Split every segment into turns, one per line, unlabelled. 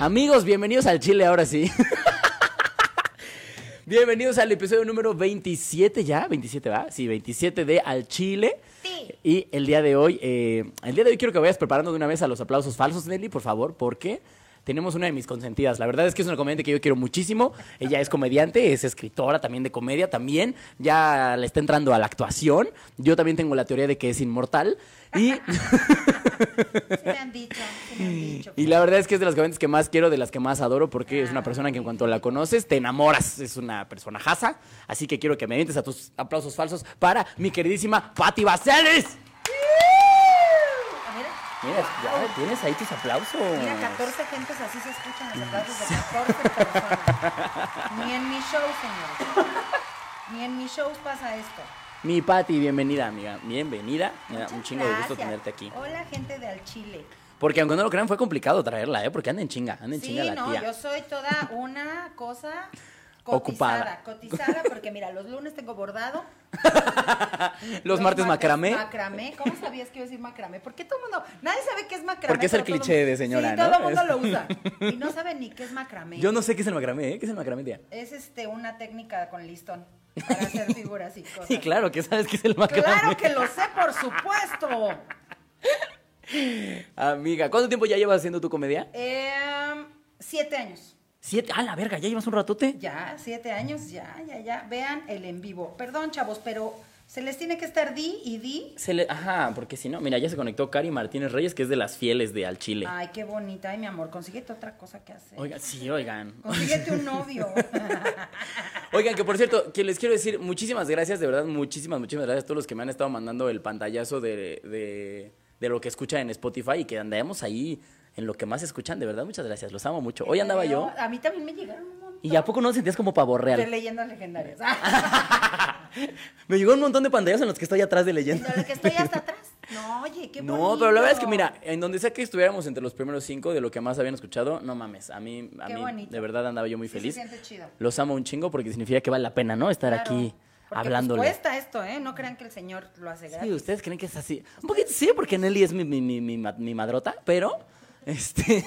Amigos, bienvenidos al Chile ahora sí. bienvenidos al episodio número 27 ya, 27 va, sí, 27 de Al Chile.
Sí.
Y el día de hoy, eh, el día de hoy quiero que vayas preparando de una vez a los aplausos falsos, Nelly, por favor, porque tenemos una de mis consentidas. La verdad es que es una comediante que yo quiero muchísimo. Ella es comediante, es escritora también de comedia, también ya le está entrando a la actuación. Yo también tengo la teoría de que es inmortal. Y
Sí me han dicho, sí me han dicho.
Y la verdad es que es de las comediantes que más quiero, de las que más adoro, porque es
Ah.
una persona que en cuanto la conoces te enamoras. Es una persona jasa. Así que quiero que me avientes a tus aplausos falsos para mi queridísima Patti Baselis.
A ver,
Mira, ya tienes ahí tus aplausos.
mira, 14 gentes así se escuchan los aplausos de 14 personas. Ni en mi show, señores. Ni en mi show pasa esto.
Mi Patti, bienvenida, amiga. Bienvenida. Me da un
Muchas
chingo de gusto
gracias.
tenerte aquí.
Hola, gente de Al Chile.
Porque aunque no lo crean, fue complicado traerla, ¿eh? Porque anda en chinga, anda en
Sí,
chinga la
no,
tía.
yo soy toda una cosa
Ocupada.
cotizada. Cotizada, porque mira, los lunes tengo bordado.
Los martes macramé.
Macramé. ¿Cómo sabías que iba a decir macramé? ¿Por qué todo el mundo? Nadie sabe qué es macramé.
Porque es el
pero todo
cliché
mu-
de señora,
sí,
¿no?
todo el mundo
Es-
lo usa. Y no sabe ni qué es macramé.
Yo no sé qué es el macramé, ¿eh? ¿Qué es el macramé, tía?
Es este, una técnica con listón para hacer figuras y cosas.
Sí, claro, que sabes qué es el macramé.
Claro que lo sé, por supuesto.
Amiga, ¿cuánto tiempo ya llevas haciendo tu comedia?
Em, siete años.
Siete. Ah, la verga, ya llevas un ratote.
Ya, siete años, ya, ya, ya. Vean el en vivo. Perdón, chavos, pero se les tiene que estar di y di.
Se le- Ajá, porque si no, mira, ya se conectó Cari Martínez Reyes, que es de las fieles de Al Chile.
Ay, qué bonita. Ay, mi amor, consíguete otra cosa que hacer.
Oigan, sí, oigan.
Consíguete un novio.
Oigan, que por cierto, que les quiero decir muchísimas gracias, de verdad, muchísimas, muchísimas gracias a todos los que me han estado mandando el pantallazo de, de, de lo que escuchan en Spotify y que andamos ahí en lo que más escuchan, de verdad, muchas gracias, los amo mucho. Hoy andaba yo
A mí también me llegaron un montón
y ¿a poco no te sentías como pavo
de
real?
leyendas legendarias. Ah,
Me llegó un montón de pantallazos en los que estoy atrás de
En
leyenda.
lo que estoy hasta atrás. No, oye, qué bonito.
No, pero la verdad es que mira, en donde sea que estuviéramos entre los primeros cinco de lo que más habían escuchado, no mames, a mí, a
Qué
mí,
bonito.
de verdad andaba yo muy
Sí se
feliz.
siente chido.
Los amo un chingo porque significa que vale la pena, ¿no? Estar
Claro,
aquí
porque,
hablándole.
Pues cuesta esto, ¿eh? No crean que el señor lo hace gratis.
sí, ustedes creen que es así. Un poquito sí, porque Nelly es mi, mi, mi, mi ma- mi madrota, pero este,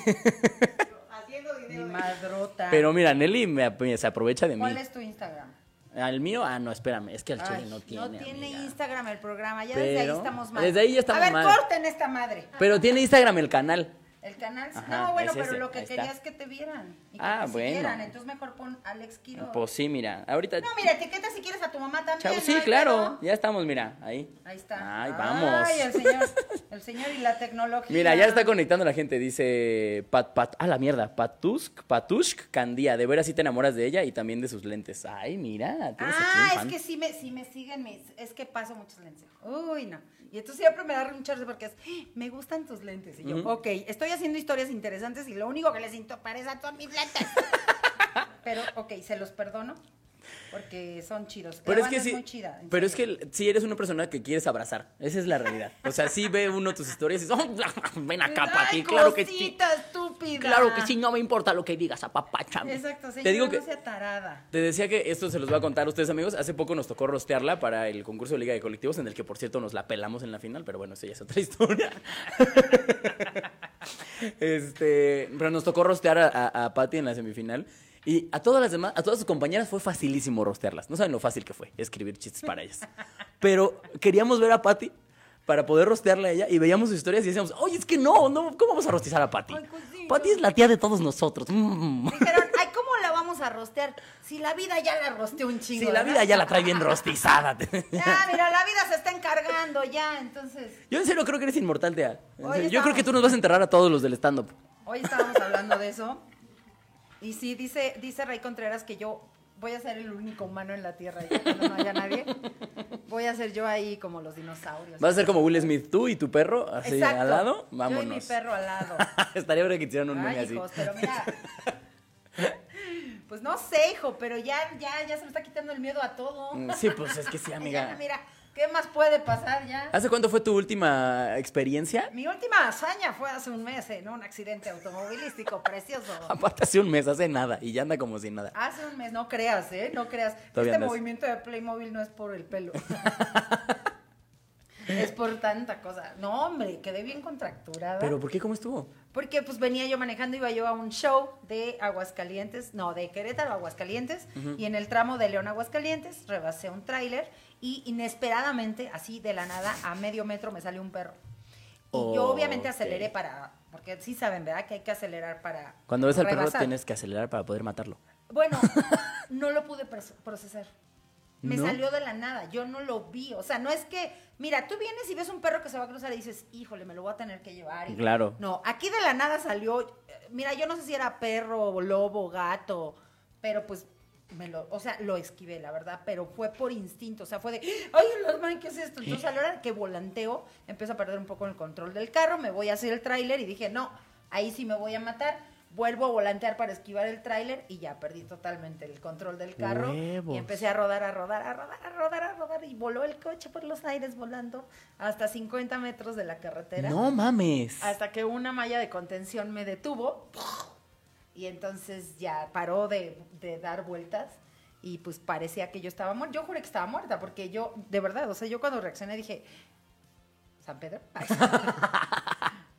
Mi madrota.
pero mira, Nelly me, ap- se aprovecha de mí.
¿Cuál es tu Instagram?
Al mío, ah no, espérame, es que al chile
Ay,
no tiene. amiga.
Instagram el programa. Ya desde ahí
Pero-
estamos mal.
desde ahí ya estamos
A ver,
mal.
corten esta madre.
Pero tiene Instagram el canal.
El canal.
Ajá,
no, bueno,
es
pero
ese,
lo que
ahí está.
querías es que te vieran. Y que
Ah,
te
bueno.
siguieran. Entonces mejor pon Alex Quiroz.
Pues sí, mira, ahorita.
no, mira, etiqueta si quieres a tu mamá también.
Chao,
¿no?
sí,
Ahí
claro,
quedó.
ya estamos, mira, ahí.
Ahí está.
Ay, vamos.
Ay, el señor, el señor y la tecnología.
Mira, ya está conectando la gente, dice Pat, Pat, ah, la mierda, Patusk, Patushk Candía, de veras sí te enamoras de ella y también de sus lentes. Ay, mira, tienes aquí un
Ah,
fan.
es que sí me, sí me siguen mis, es que paso muchos lentes. Uy, no. Y entonces siempre me da un charge porque es, "Ah, me gustan tus lentes. Y yo, ok, estoy haciendo historias interesantes y lo único que les interesa son mis lentes. Pero, ok, se los perdono porque son chidos.
Pero es
Evan
que sí,
muy chida, en
pero es
serio.
que sí eres una persona que quieres abrazar, esa es la realidad. O sea, sí ve uno tus historias y dices, "Oh, ven acá,
Ay,
Pati, claro que sí.
cosita estúpida.
Claro que sí, no me importa lo que digas, apapáchame.
Exacto, señor,
Te digo que
no sea tarada.
Te decía que esto se los voy a contar a ustedes, amigos. Hace poco nos tocó rostearla para el concurso de Liga de Colectivos, en el que, por cierto, nos la pelamos en la final, pero bueno, eso ya es otra historia. este, pero nos tocó rostear a, a, a Patty en la semifinal. Y a todas las demás, a todas sus compañeras fue facilísimo rostearlas. No saben lo fácil que fue escribir chistes para ellas. Pero queríamos ver a Patty para poder rostearla a ella y veíamos sus historias y decíamos, oye, es que no, no ¿cómo vamos a rostizar a Patty?
Ay, pues sí,
Patty es la tía de todos nosotros. Mm.
Dijeron, ay, ¿cómo la vamos a rostear? Si la vida ya la rosteó un chingo.
Sí, la
¿verdad?
vida ya la trae bien rostizada.
Ya, mira, la vida se está encargando ya, entonces.
Yo en serio creo que eres inmortal, Tea. En serio,
Hoy
Yo
estamos-
creo que tú nos vas a enterrar a todos los del stand-up.
Hoy estábamos hablando de eso. Y sí, dice, dice Rey Contreras que yo voy a ser el único humano en la Tierra. ya cuando no haya nadie, voy a ser yo ahí como los dinosaurios.
Vas a ser como Will Smith, tú y tu perro, así
Exacto.
al lado.
Yo
Vámonos.
y mi perro al lado.
Estaría bueno que hicieran un meme
Ay,
así.
hijos, pero mira. Pues no sé, hijo, pero ya, ya, ya se me está quitando el miedo a todo.
Mm, Sí, pues es que sí,
Ya,
amiga. Ah.
mira, ¿qué más puede pasar ya?
¿Hace cuánto fue tu última experiencia?
Mi última hazaña fue hace un mes en un accidente automovilístico precioso.
Aparte hace un mes, hace nada, y ya anda como sin nada.
Hace un mes, no creas, ¿eh? No creas.
Todavía
este
andas.
movimiento de Playmobil no es por el pelo. Es por tanta cosa. No, hombre, quedé bien contracturada.
Pero ¿por qué? ¿Cómo estuvo?
Porque pues venía yo manejando, iba yo a un show de Aguascalientes, no, de Querétaro, Aguascalientes, y en el tramo de León, Aguascalientes, rebasé un tráiler y inesperadamente, así de la nada, a medio metro me salió un perro. Y yo obviamente
Ok.
aceleré para, porque sí saben, ¿verdad? Que hay que acelerar para...
Cuando ves al perro
rebasar.
tienes que acelerar para poder matarlo.
Bueno, no lo pude pres- procesar. Me
¿No?
salió de la nada, yo no lo vi. O sea, no es que, mira, tú vienes y ves un perro que se va a cruzar y dices, híjole, me lo voy a tener que llevar. y-
Claro.
No, aquí de la nada salió, eh, mira, yo no sé si era perro, lobo, gato, pero pues me lo, o sea, lo esquivé, la verdad, pero fue por instinto, o sea, fue de, ay, los man, ¿qué es esto? Entonces, a la hora que volanteo, empiezo a perder un poco el control del carro, me voy a hacer el tráiler y dije, no, ahí sí me voy a matar. Vuelvo a volantear para esquivar el tráiler y ya perdí totalmente el control del carro.
Huevos.
Y empecé a rodar, a rodar, a rodar, a rodar, a rodar. Y voló el coche por los aires volando hasta 50 metros de la carretera.
No mames.
Hasta que una malla de contención me detuvo. Y entonces ya paró de, de dar vueltas. Y pues parecía que yo estaba muerta. Yo juré que estaba muerta, porque yo, de verdad, o sea, yo cuando reaccioné dije, ¿San Pedro? Ay.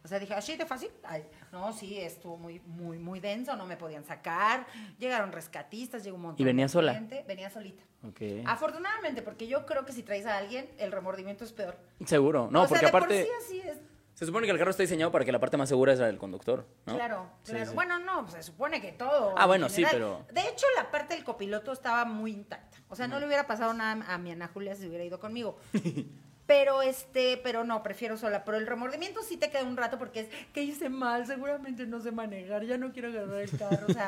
O sea, dije, así de fácil. Ay, no, sí, estuvo muy, muy, muy denso, no me podían sacar. Llegaron rescatistas, llegó un montón.
¿Y venía
de
sola?
gente. Venía solita.
Ok.
Afortunadamente, porque yo creo que si traes a alguien, el remordimiento es peor.
Seguro. No,
O sea,
porque
de por
aparte.
sí así es.
Se supone que el carro está diseñado para que la parte más segura es la del conductor, ¿no?
Claro,
Sí,
claro.
sí.
Bueno, no, se supone que todo.
Ah,
en
bueno, sí, pero-
De hecho, la parte del copiloto estaba muy intacta. O sea, no le hubiera pasado nada a mi Ana Julia si hubiera ido conmigo. Pero este, pero no, prefiero sola. Pero el remordimiento sí te queda un rato porque es que hice mal, seguramente no sé manejar, ya no quiero agarrar el carro. O sea,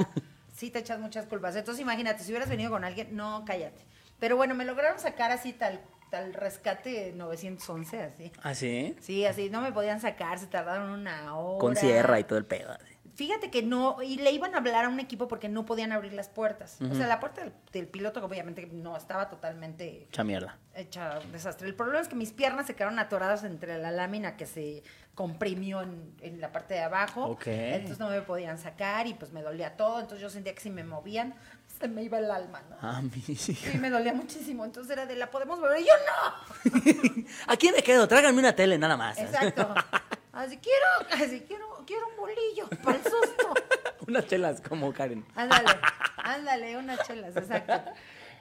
sí te echas muchas culpas. Entonces imagínate, si hubieras venido con alguien, no, cállate. Pero bueno, me lograron sacar así tal, tal rescate 911, así.
¿Ah, sí?
Sí, así, no me podían sacar, se tardaron una hora.
Con sierra y todo el pedo. así.
Fíjate que no, y le iban a hablar a un equipo porque no podían abrir las puertas. O sea, la puerta del, del piloto obviamente no estaba totalmente
Mucha mierda.
hecha desastre. El problema es que mis piernas se quedaron atoradas entre la lámina que se comprimió en, en la parte de abajo.
Ok.
Entonces no me podían sacar y pues me dolía todo. Entonces yo sentía que si me movían, se me iba el alma, ¿no?
Ah, mi hija.
Sí, me dolía muchísimo. Entonces era de la podemos volver. Y yo no.
¿A quién me quedo? Tráiganme una tele nada más.
Exacto. Así quiero, así quiero, quiero un bolillo para el susto.
Unas chelas como Karen.
Ándale, ándale, unas chelas, exacto.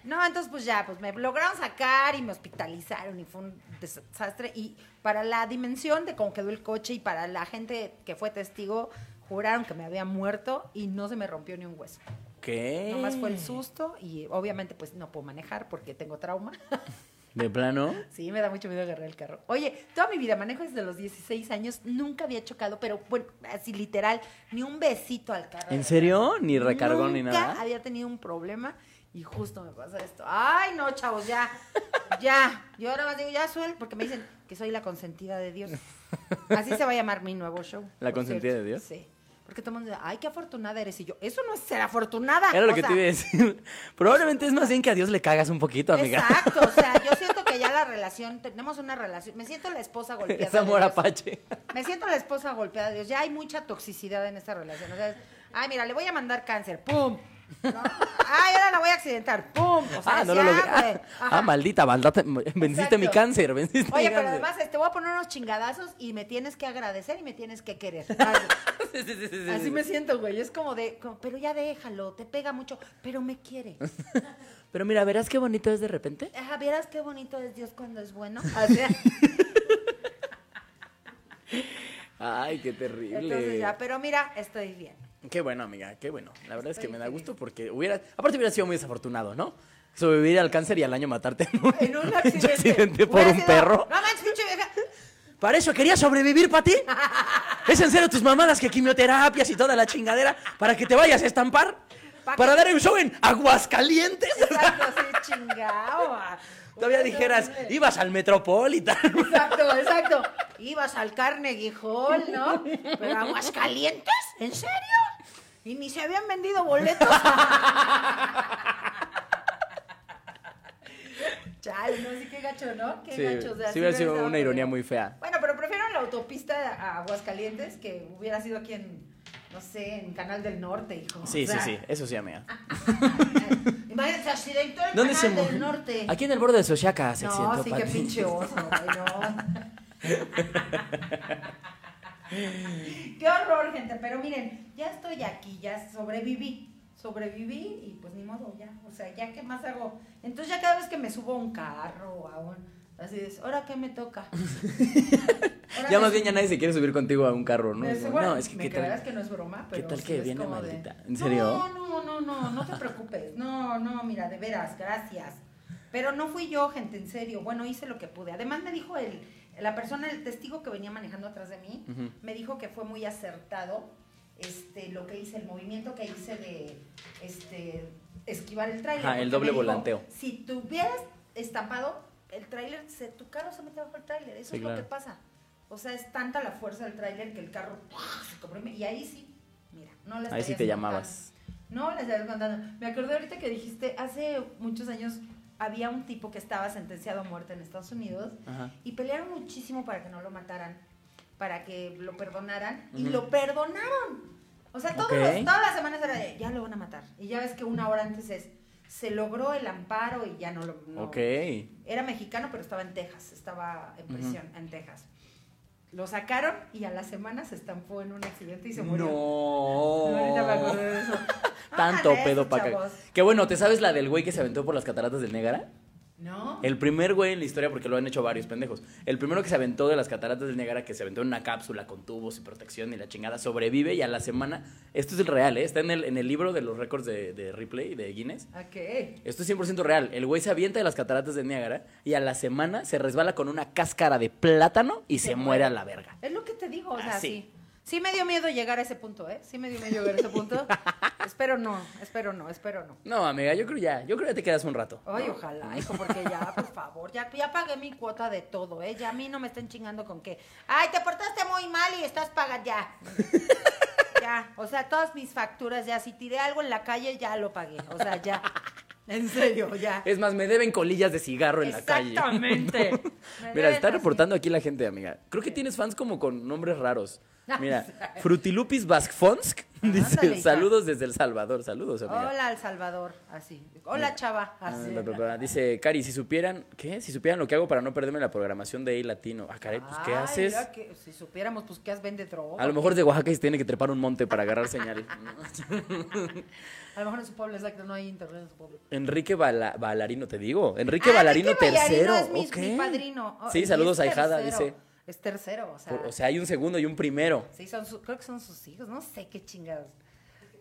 No, entonces pues ya, pues me lograron sacar y me hospitalizaron y fue un desastre. Y para la dimensión de cómo quedó el coche y para la gente que fue testigo, juraron que me había muerto y no se me rompió ni un hueso.
¿Qué?
Nomás fue el susto y obviamente pues no puedo manejar porque tengo trauma.
¿De plano?
Sí, me da mucho miedo agarrar el carro. Oye, toda mi vida manejo desde los 16 años, nunca había chocado, pero bueno, así literal, ni un besito al carro.
¿En serio? ¿Ni recargón ni
Nunca
nada?
había tenido un problema y justo me pasa esto. Ay, no, chavos, ya, ya. Yo ahora más digo, ya suel, porque me dicen que soy la consentida de Dios. Así se va a llamar mi nuevo show.
¿La
por
consentida de Dios?
Sí. Porque todo el mundo dice, ay, qué afortunada eres. Y yo, eso no es ser afortunada.
Era lo
o
que
sea,
te iba a decir. Probablemente es más bien que a Dios le cagas un poquito, amiga.
Exacto, o sea, yo siento que ya la relación, tenemos una relación, me siento la esposa golpeada.
Es amor
de Dios.
apache.
Me siento la esposa golpeada de Dios, ya hay mucha toxicidad en esta relación, o sea, es, ay, mira, le voy a mandar cáncer, pum. ¿no? Ay, ahora la voy a accidentar, pum. O sea,
Ah, no
ya,
lo logré.
güey.
Ah,
Ajá.
ah, maldita, maldita. Venciste mi
Exacto.
cáncer, venciste
Oye,
mi
pero
cáncer.
además eh, te voy a poner unos chingadazos y me tienes que agradecer y me tienes que querer. Así,
Sí, sí, sí, sí, sí,
así
sí.
me siento, güey. Es como de, como, pero ya déjalo, te pega mucho, pero me quiere.
Pero mira, verás qué bonito es de repente.
Ajá, verás qué bonito es Dios cuando es bueno. Así,
Ay, qué terrible.
entonces ya, pero mira, estoy bien.
Qué bueno, amiga, qué bueno. La verdad es que
Estoy
me da
feliz.
gusto porque hubiera. Aparte, hubiera sido muy desafortunado, ¿no? Sobrevivir al cáncer y al año matarte en un,
En un accidente.
por
Hubiera
un
sido,
perro.
No manches, pinche vieja.
¿Para eso querías sobrevivir, Pati? ¿Es en serio tus mamadas que quimioterapias y toda la chingadera para que te vayas a estampar?
Pa'
¿Para
que-
dar un show en Aguascalientes?
Exacto, sí, chingao. ah.
Todavía dijeras, ibas al Metropolitan.
Exacto, exacto. Ibas al Carnegie Hall, ¿no? Pero aguas calientes, ¿en serio? Y ni se habían vendido boletos. Chale, no, sí, qué gacho, ¿no? Qué gacho. o sea,
sí hubiera sido
estado
una ironía
feo.
muy fea.
Bueno, pero prefiero la autopista a Aguascalientes que hubiera sido aquí en, no sé, en Canal del Norte, hijo.
Sí,
O sea,
sí, sí, eso sí, amiga.
Y se accidentó el
¿Dónde se
canal del
murió?
norte.
Aquí en el borde de Soshaka se
no,
accidentó,
sí, qué
Pati.
pinche oso, güey, no. qué horror, gente. Pero miren, ya estoy aquí, ya sobreviví. Sobreviví y pues ni modo, ya. O sea, ya qué más hago. Entonces ya cada vez que me subo a un carro o a un... Así es, ¿ahora qué me toca? Ahora
Ya
me
más bien ya nadie se quiere subir contigo a un carro, ¿no?
Me
Es como,
subo-
no, es que
me
qué
creerás
tal.
que no es broma, pero
tal
sí
que
es
viene
como de,
maldita? ¿En serio?
No, no, no, no, no te preocupes. No, no, mira, de veras, gracias. Pero no fui yo, gente, en serio. Bueno, hice lo que pude. Además me dijo el, la persona, el testigo que venía manejando atrás de mí,
Ujú.
me dijo que fue muy acertado este lo que hice, el movimiento que hice de este esquivar el tráiler.
Ajá, el
porque
doble
me dijo,
volanteo.
Si tuvieras estampado el tráiler, se, tu carro se mete bajo el tráiler. Eso
Sí,
es lo
claro.
que pasa. O sea, es tanta la fuerza del tráiler que el carro ¡pua! se comprime. Y ahí sí, mira, no las
Ahí sí
traías
te
montando.
llamabas.
No las estabas contando. Me acordé ahorita que dijiste, hace muchos años había un tipo que estaba sentenciado a muerte en Estados Unidos
Ajá.
y pelearon muchísimo para que no lo mataran, para que lo perdonaran y
Ujú.
lo perdonaron. O sea, todos
Ok.
los- todas las semanas era de, ya lo van a matar. Y ya ves que una hora antes es, se logró el amparo y ya no lo... no-
Ok.
era mexicano, pero estaba en Texas, estaba en prisión en Texas. Lo sacaron y a la semana se estampó en un accidente y se murió. Ahorita me
No.
acordé de eso.
Tanto
Hagan
pedo
eso,
para acá.
chavos.
Que bueno, ¿te sabes la del güey que se aventó por las cataratas del Niágara?
¿No?
El primer güey en la historia, porque lo han hecho varios pendejos. El primero que se aventó de las cataratas del Niágara, que se aventó en una cápsula con tubos y protección y la chingada, sobrevive y a la semana. Esto es el real, ¿eh? Está en el, en el libro de los récords de, de Ripley, de Guinness.
Ok.
Esto es 100% real. El güey se avienta de las cataratas del Niágara y a la semana se resbala con una cáscara de plátano y se,
Se
muere
muere.
a la verga.
Es lo que te digo, o sea,
Así.
sí. Sí me dio miedo llegar a ese punto, ¿eh? Sí me dio miedo llegar a ese punto. espero no, espero no, espero no.
No, amiga, yo creo ya. Yo creo ya te quedas un rato.
Ay, ojalá, hijo, porque ya, por favor, ya, ya pagué mi cuota de todo, ¿eh? Ya a mí no me estén chingando con que, ay, te portaste muy mal y estás pagando ya. ya, o sea, todas mis facturas, ya, si tiré algo en la calle, ya lo pagué, o sea, ya. En serio, ya.
Es más, me deben colillas de cigarro en la calle.
Exactamente. Me
Mira,
deben
está
así.
reportando aquí la gente, amiga. Creo que tienes fans como con nombres raros. Mira, Frutilupis Vasfonsk
Ah, Ándale,
dice,
hija.
saludos desde El Salvador. Saludos, amiga.
Hola, El Salvador, así. Hola, chava,
Ah,
así.
bla, bla, bla. Dice, Cari, si supieran, ¿qué? Si supieran lo que hago para no perderme la programación de iLatino. Latino. Ah, caray, pues, ¿qué
Ay,
haces?
mira que si supiéramos, pues, ¿qué has vende droga?
A lo mejor de Oaxaca se tiene que trepar un monte para agarrar señal.
A lo mejor en su pueblo, exacto, no hay internet en su pueblo.
Enrique Bala- Balarino, te digo. Enrique
Ah,
Balarino
Enrique
tercero.
Ballarino es mi, mi
ok.
padrino. Oh,
Sí,
y
saludos a
es
Ijada,
tercero.
dice.
Es tercero, o sea.
O sea, hay un segundo y un primero.
sí, son su- creo que son sus hijos, no sé qué chingados.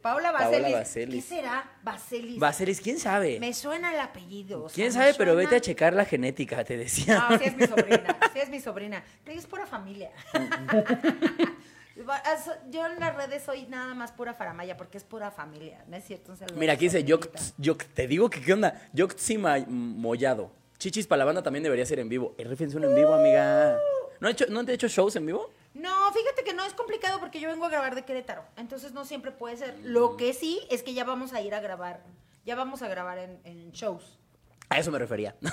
Paula
Paola
Baselis.
Baselis.
¿Qué será Baselis?
Baselis, ¿quién sabe?
Me suena el apellido. o sea,
¿Quién
me
sabe? Pero
suena-
vete a checar la genética, te decía.
No, sí es mi sobrina, sí es mi sobrina. Te digo, es pura familia. Va- ah, so- Yo en las redes soy nada más pura faramaya porque es pura familia, ¿no es cierto? Un saludo
Mira,
a
aquí
mi
dice
sobrinita.
Yokt, Yokt- te digo que qué onda, Yoctsi Mollado. Chichis para la banda también debería ser en vivo. RFN en vivo, amiga. ¿No, han hecho, ¿No han hecho shows en vivo?
No, fíjate que no es complicado porque yo vengo a grabar de Querétaro, entonces no siempre puede ser.
Mm.
Lo que sí es que ya vamos a ir a grabar, ya vamos a grabar en, en shows.
A eso me refería.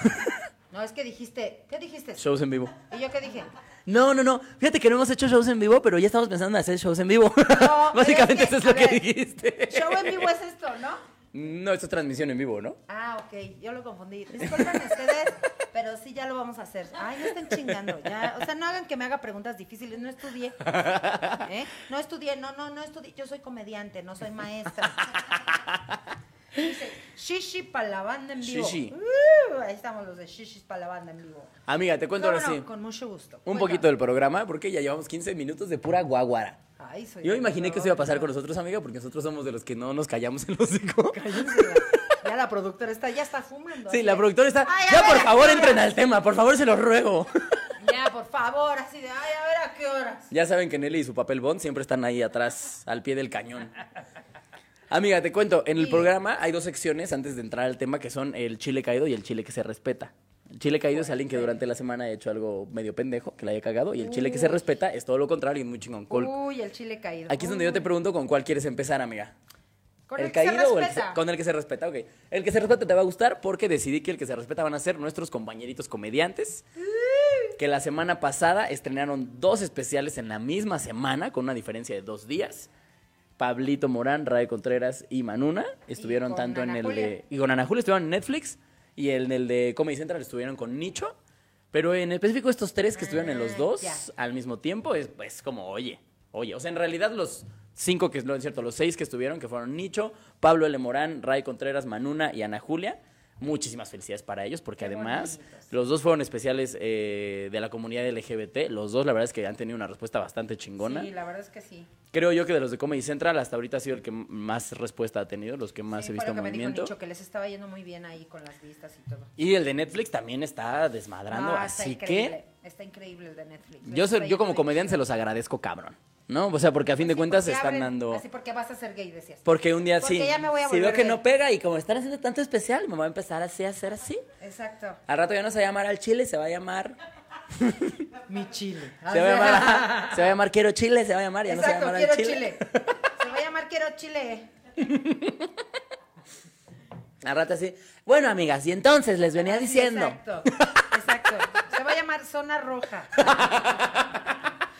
No, es que dijiste, ¿qué dijiste?
shows en vivo.
¿Y yo qué dije?
No, no, no. Fíjate que no hemos hecho shows en vivo, pero ya estamos pensando en hacer shows en vivo.
No,
Básicamente
es que,
eso es lo
a
que
ver,
dijiste.
Show en vivo es esto, ¿no?
No, esto es transmisión en vivo, ¿no?
Ah, ok, yo lo confundí. Disculpen ustedes, pero sí ya lo vamos a hacer. Ay, no estén chingando, ya. O sea, no hagan que me haga preguntas difíciles, no estudié. ¿Eh? No estudié, no, no, no estudié. Yo soy comediante, no soy maestra. Dice, Shishi para la banda en vivo.
Shishi.
Uh, ahí estamos los de Shishis para la banda en vivo.
Amiga, te cuento
¿Cómo
ahora
no?
sí.
Con mucho gusto.
Un
Cuéntame.
poquito del programa, porque ya llevamos 15 minutos de pura guaguara.
Ay, soy
Yo imaginé que eso iba a pasar con
nosotros.
nosotros, amiga, porque nosotros somos de los que no nos callamos en los hocico.
Ya la productora está, ya está fumando.
Sí,
así
la
de,
productora está.
"Ay, a
ya,
ver,
por
¿a qué
favor,
hora?".
entren al tema, por favor, se los ruego.
Ya, por favor, así de, ay, a ver a qué horas.
Ya saben que Nelly y su papel Bond siempre están ahí atrás, al pie del cañón. Amiga, te cuento, en el
Sí.
programa hay dos secciones antes de entrar al tema que son el chile caído y el chile que se respeta. El chile caído es alguien que durante la semana ha hecho algo medio pendejo, que la haya cagado, y el chile que se
Uy.
respeta es todo lo contrario y muy chingón. Col-
Uy, el chile caído.
Aquí es donde yo te
Uy.
pregunto con cuál quieres empezar, amiga.
Con
el,
que se
caído o el que se-
respeta.
con el que se respeta, ok. El que se respeta te va a gustar porque decidí que el que se respeta van a ser nuestros compañeritos comediantes.
Mm.
Que la semana pasada estrenaron dos especiales en la misma semana, con una diferencia de dos días. Pablito Morán, Rae Contreras y Manuna estuvieron
con
tanto
Ana
en el
Julia.
de. Y con Ana Julia estuvieron en Netflix y en el de Comedy Central estuvieron con Nicho. Pero en específico estos tres que estuvieron en los
Ah,
dos
ya.
al mismo tiempo es pues como, oye, oye. O sea, en realidad los cinco que, no es cierto, los seis que estuvieron, que fueron Nicho, Pablo L. Morán, Ray Contreras, Manuna y Ana Julia. Muchísimas felicidades para ellos porque
Qué
además
bonitos.
los dos fueron especiales eh, de la comunidad LGBT. Los dos la verdad es que han tenido una respuesta bastante chingona.
Sí, la verdad es que sí.
Creo yo que de los de Comedy Central hasta ahorita ha sido el que m- más respuesta ha tenido, los que más he
Sí, fue
visto
lo que me dijo
movimiento.
Nicho, que les estaba yendo muy bien ahí con las vistas y todo.
Y el de Netflix también está desmadrando,
No, Ah, está
así que
increíble, Está increíble el de Netflix.
yo, se- yo como comediante se los agradezco cabrón, ¿no? O sea, porque
Pues
a fin de cuentas se están dando...
Así porque vas a ser gay, decías.
Porque un día
Porque
sí,
ya me voy a
si veo
volver
que
gay.
no pega y como están haciendo tanto especial, me va a empezar así a hacer así.
Exacto.
Al rato ya no se va a llamar al chile, se va a llamar...
Mi chile.
Se va a llamar, se va a llamar quiero chile, se va a llamar, ya
Ah,
no
Exacto,
se va a llamar
quiero
al
chile.
chile.
Se va a llamar quiero chile.
Al rato así, bueno amigas, y entonces les venía
Así,
diciendo...
Exacto, exacto. Se va a llamar zona roja.